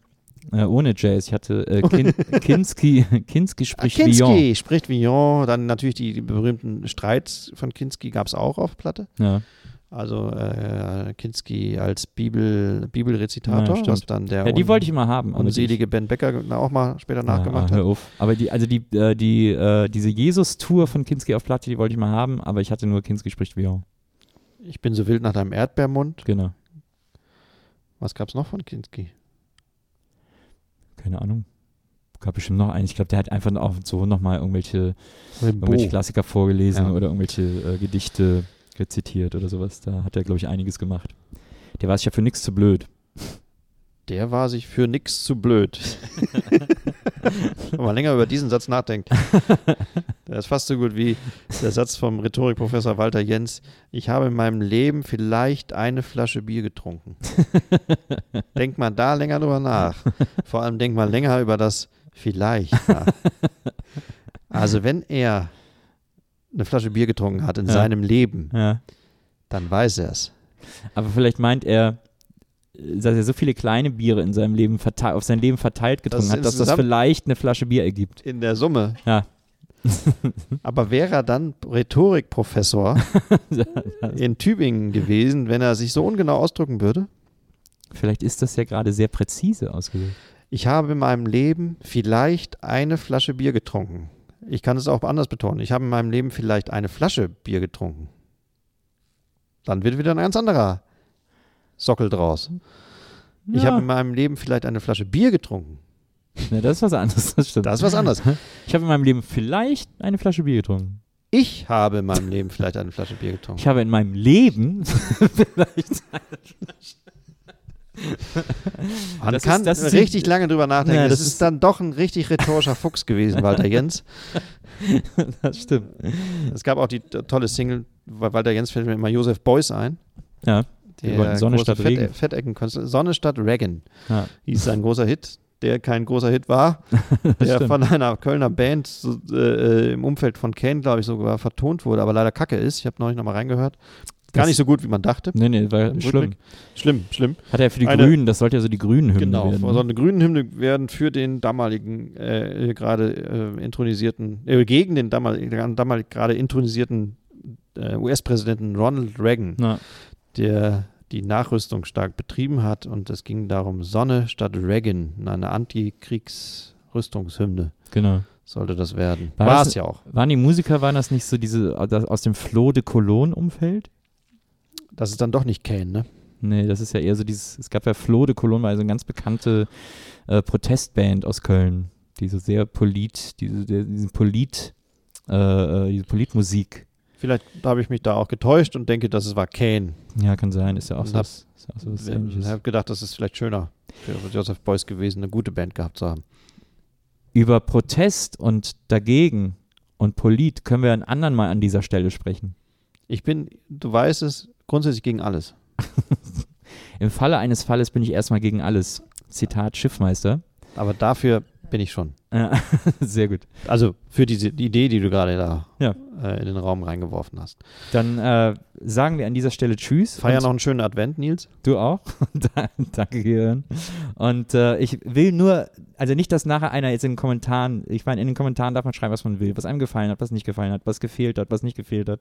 [SPEAKER 1] Äh, ohne Jazz. Ich hatte äh, Kin Kinski, Ah, Kinski spricht Lyon.
[SPEAKER 3] Ah, Kinski spricht Villon. Dann natürlich die, die berühmten Streits von Kinski gab es auch auf Platte.
[SPEAKER 1] Ja.
[SPEAKER 3] Also äh, Kinski als Bibel, Bibelrezitator,
[SPEAKER 1] Ja, stimmt.
[SPEAKER 3] was dann der
[SPEAKER 1] ja, die
[SPEAKER 3] un-
[SPEAKER 1] wollte ich immer haben. aber die-
[SPEAKER 3] unselige Ben Becker na, auch mal später nachgemacht
[SPEAKER 1] ja,
[SPEAKER 3] hat.
[SPEAKER 1] hör auf. Aber die, also die, äh, die, äh, diese Jesus-Tour von Kinski auf Platte, die wollte ich mal haben, aber ich hatte nur Kinski spricht Vion.
[SPEAKER 3] Ich bin so wild nach deinem Erdbeermund.
[SPEAKER 1] Genau.
[SPEAKER 3] Was gab's noch von Kinski?
[SPEAKER 1] Keine Ahnung. Gab bestimmt noch einen. Ich glaube, der hat einfach auch so nochmal irgendwelche,
[SPEAKER 3] Rimbaud.
[SPEAKER 1] irgendwelche Klassiker vorgelesen
[SPEAKER 3] Oh. Ja.
[SPEAKER 1] oder irgendwelche äh, Gedichte rezitiert oder sowas. Da hat er, glaube ich, einiges gemacht. Der war sich ja für nichts zu blöd.
[SPEAKER 3] Der war sich für nix zu blöd. Wenn man länger über diesen Satz nachdenkt. Der ist fast so gut wie der Satz vom Rhetorikprofessor Walter Jens. Ich habe in meinem Leben vielleicht eine Flasche Bier getrunken. Denkt mal da länger drüber nach. Vor allem denkt mal länger über das vielleicht nach. Also wenn er eine Flasche Bier getrunken hat in
[SPEAKER 1] Ja.
[SPEAKER 3] seinem Leben,
[SPEAKER 1] Ja.
[SPEAKER 3] dann weiß er es.
[SPEAKER 1] Aber vielleicht meint er, dass er so viele kleine Biere in seinem Leben verteilt, auf sein Leben verteilt getrunken
[SPEAKER 3] Das
[SPEAKER 1] hat, dass das
[SPEAKER 3] insgesamt-
[SPEAKER 1] vielleicht eine Flasche Bier ergibt.
[SPEAKER 3] In der Summe.
[SPEAKER 1] Ja.
[SPEAKER 3] Aber wäre er dann Rhetorikprofessor in Tübingen gewesen, wenn er sich so ungenau ausdrücken würde?
[SPEAKER 1] Vielleicht ist das ja gerade sehr präzise ausgedrückt.
[SPEAKER 3] Ich habe in meinem Leben vielleicht eine Flasche Bier getrunken. Ich kann es auch anders betonen. Ich habe in meinem Leben vielleicht eine Flasche Bier getrunken. Dann wird wieder ein ganz anderer Sockel draus. Ich
[SPEAKER 1] Ja.
[SPEAKER 3] habe in meinem Leben vielleicht eine Flasche Bier getrunken.
[SPEAKER 1] Na, das ist was anderes, das stimmt.
[SPEAKER 3] Das ist was anderes.
[SPEAKER 1] Ich habe in meinem Leben vielleicht eine Flasche Bier getrunken.
[SPEAKER 3] Ich habe in meinem Leben vielleicht eine Flasche Bier getrunken.
[SPEAKER 1] Ich habe in meinem Leben vielleicht.
[SPEAKER 3] Man
[SPEAKER 1] Das ist-
[SPEAKER 3] kann
[SPEAKER 1] das ist die-
[SPEAKER 3] richtig lange drüber nachdenken.
[SPEAKER 1] Ja,
[SPEAKER 3] das,
[SPEAKER 1] das
[SPEAKER 3] ist,
[SPEAKER 1] ist-
[SPEAKER 3] dann doch ein richtig rhetorischer Fuchs gewesen, Walter Jens.
[SPEAKER 1] Das stimmt.
[SPEAKER 3] Es gab auch die t- tolle Single, weil Walter Jens fällt mir immer Josef Beuys ein.
[SPEAKER 1] Ja.
[SPEAKER 3] der
[SPEAKER 1] wollten Sonne
[SPEAKER 3] große
[SPEAKER 1] statt Regen.
[SPEAKER 3] Fetteckenkünstler. Sonne statt Regen
[SPEAKER 1] ja.
[SPEAKER 3] hieß sein großer Hit, der kein großer Hit war, der
[SPEAKER 1] stimmt.
[SPEAKER 3] von einer Kölner Band so, äh, äh, im Umfeld von Kane, glaube ich, sogar vertont wurde, aber leider kacke ist. Ich habe neulich nochmal reingehört. Gar
[SPEAKER 1] Das-
[SPEAKER 3] nicht so gut, wie man dachte.
[SPEAKER 1] Nee, nee, war
[SPEAKER 3] Rückblick.
[SPEAKER 1] schlimm.
[SPEAKER 3] Schlimm, schlimm.
[SPEAKER 1] Hat er für die
[SPEAKER 3] Eine-
[SPEAKER 1] Grünen, das sollte ja so die Grünen-Hymne
[SPEAKER 3] Genau,
[SPEAKER 1] werden. ne?
[SPEAKER 3] so eine grünen Hymne werden für den damaligen äh, gerade äh, intronisierten, äh, gegen den damalig, damalig gerade intronisierten äh, US-Präsidenten Ronald Reagan,
[SPEAKER 1] Na,
[SPEAKER 3] der die Nachrüstung stark betrieben hat und es ging darum, Sonne statt Reagan, eine Antikriegsrüstungshymne
[SPEAKER 1] genau.
[SPEAKER 3] sollte das werden.
[SPEAKER 1] War
[SPEAKER 3] War
[SPEAKER 1] das-
[SPEAKER 3] es ja auch.
[SPEAKER 1] Waren die Musiker, waren das nicht so diese das aus dem Flo de Cologne-Umfeld?
[SPEAKER 3] Das ist dann doch nicht Kane, ne?
[SPEAKER 1] Nee, das ist ja eher so dieses, es gab ja Flo de Cologne, war also eine ganz bekannte äh, Protestband aus Köln, die so sehr polit, diese, der, diesen Polit, äh, äh, diese Politmusik.
[SPEAKER 3] Vielleicht habe ich mich da auch getäuscht und denke, dass es war Kane.
[SPEAKER 1] Ja, kann sein, ist ja auch
[SPEAKER 3] Und
[SPEAKER 1] so was, ist ja auch so was
[SPEAKER 3] Ich
[SPEAKER 1] ähnliches.
[SPEAKER 3] habe gedacht, das ist vielleicht schöner für Joseph Beuys gewesen, eine gute Band gehabt zu haben.
[SPEAKER 1] Über Protest und dagegen und Polit können wir ein anderen Mal an dieser Stelle sprechen.
[SPEAKER 3] Ich bin, du weißt es, grundsätzlich gegen alles.
[SPEAKER 1] Im Falle eines Falles bin ich erstmal gegen alles. Zitat Schiffmeister.
[SPEAKER 3] Aber dafür bin ich schon.
[SPEAKER 1] Äh, sehr gut.
[SPEAKER 3] Also für diese die Idee, die du gerade da
[SPEAKER 1] Ja.
[SPEAKER 3] äh, in den Raum reingeworfen hast.
[SPEAKER 1] Dann äh, sagen wir an dieser Stelle Tschüss.
[SPEAKER 3] Feier
[SPEAKER 1] und-
[SPEAKER 3] noch einen schönen Advent, Nils.
[SPEAKER 1] Du auch? Da- Danke, Gehirn. Und äh, ich will nur, also nicht, dass nachher einer jetzt in den Kommentaren, ich meine, in den Kommentaren darf man schreiben, was man will, was einem gefallen hat, was nicht gefallen hat, was gefehlt hat, was nicht gefehlt hat.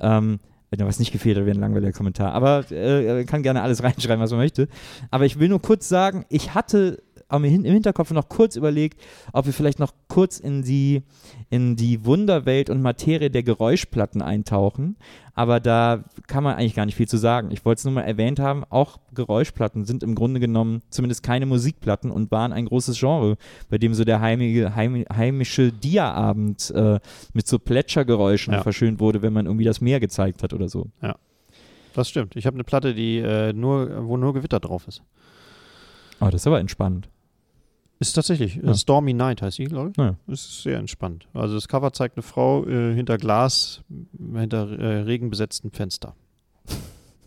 [SPEAKER 1] Ähm, na, was nicht gefehlt hat, wäre ein langweiliger Kommentar. Aber äh, kann gerne alles reinschreiben, was man möchte. Aber ich will nur kurz sagen, ich hatte am Hin- im Hinterkopf noch kurz überlegt, ob wir vielleicht noch kurz in die, in die Wunderwelt und Materie der Geräuschplatten eintauchen. Aber da kann man eigentlich gar nicht viel zu sagen. Ich wollte es nur mal erwähnt haben, auch Geräuschplatten sind im Grunde genommen zumindest keine Musikplatten und waren ein großes Genre, bei dem so der heimige, heim, heimische Dia-Abend äh, mit so Plätschergeräuschen
[SPEAKER 3] Ja.
[SPEAKER 1] verschönt wurde, wenn man irgendwie das Meer gezeigt hat oder so.
[SPEAKER 3] Das stimmt. Ich habe eine Platte, die äh, nur, wo nur Gewitter drauf ist.
[SPEAKER 1] Oh, das ist aber entspannt.
[SPEAKER 3] Ist tatsächlich. äh,
[SPEAKER 1] Ja.
[SPEAKER 3] Stormy Night heißt sie, glaube ich.
[SPEAKER 1] Ja.
[SPEAKER 3] Ist sehr entspannt. Also das Cover zeigt eine Frau äh, hinter Glas, m- hinter äh, regenbesetzten Fenster.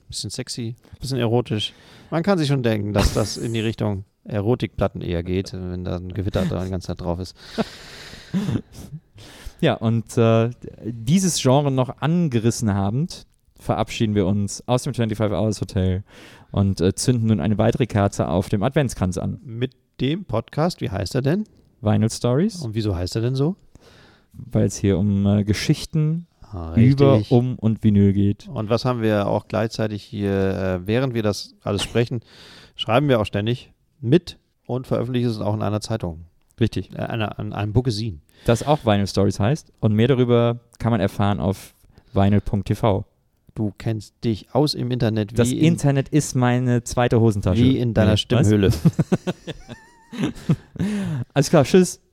[SPEAKER 3] Bisschen sexy, bisschen erotisch. Man kann sich schon denken, dass das in die Richtung Erotikplatten eher geht, äh, wenn da ein Gewitter dran die ganze Zeit drauf ist.
[SPEAKER 1] Ja, und äh, dieses Genre noch angerissen habend, verabschieden wir uns aus dem 25 Hours Hotel und äh, zünden nun eine weitere Kerze auf dem Adventskranz an.
[SPEAKER 3] Mit dem Podcast. Wie heißt er denn?
[SPEAKER 1] Vinyl Stories,
[SPEAKER 3] Und wieso heißt er denn so?
[SPEAKER 1] weil es hier um äh, Geschichten
[SPEAKER 3] Ah,
[SPEAKER 1] über,
[SPEAKER 3] richtig.
[SPEAKER 1] um und Vinyl geht.
[SPEAKER 3] Und was haben wir auch gleichzeitig hier, äh, während wir das alles sprechen, schreiben wir auch ständig mit und veröffentlichen es auch in einer Zeitung,
[SPEAKER 1] Richtig.
[SPEAKER 3] äh, einer, an einem Bookesin.
[SPEAKER 1] Das auch Vinyl Stories heißt. Und mehr darüber kann man erfahren auf vinyl.tv.
[SPEAKER 3] Du kennst dich aus im Internet wie,
[SPEAKER 1] Das
[SPEAKER 3] in,
[SPEAKER 1] Internet ist meine zweite Hosentasche.
[SPEAKER 3] wie in deiner
[SPEAKER 1] Nee, was?
[SPEAKER 3] Stimmhöhle.
[SPEAKER 1] Alles klar, tschüss.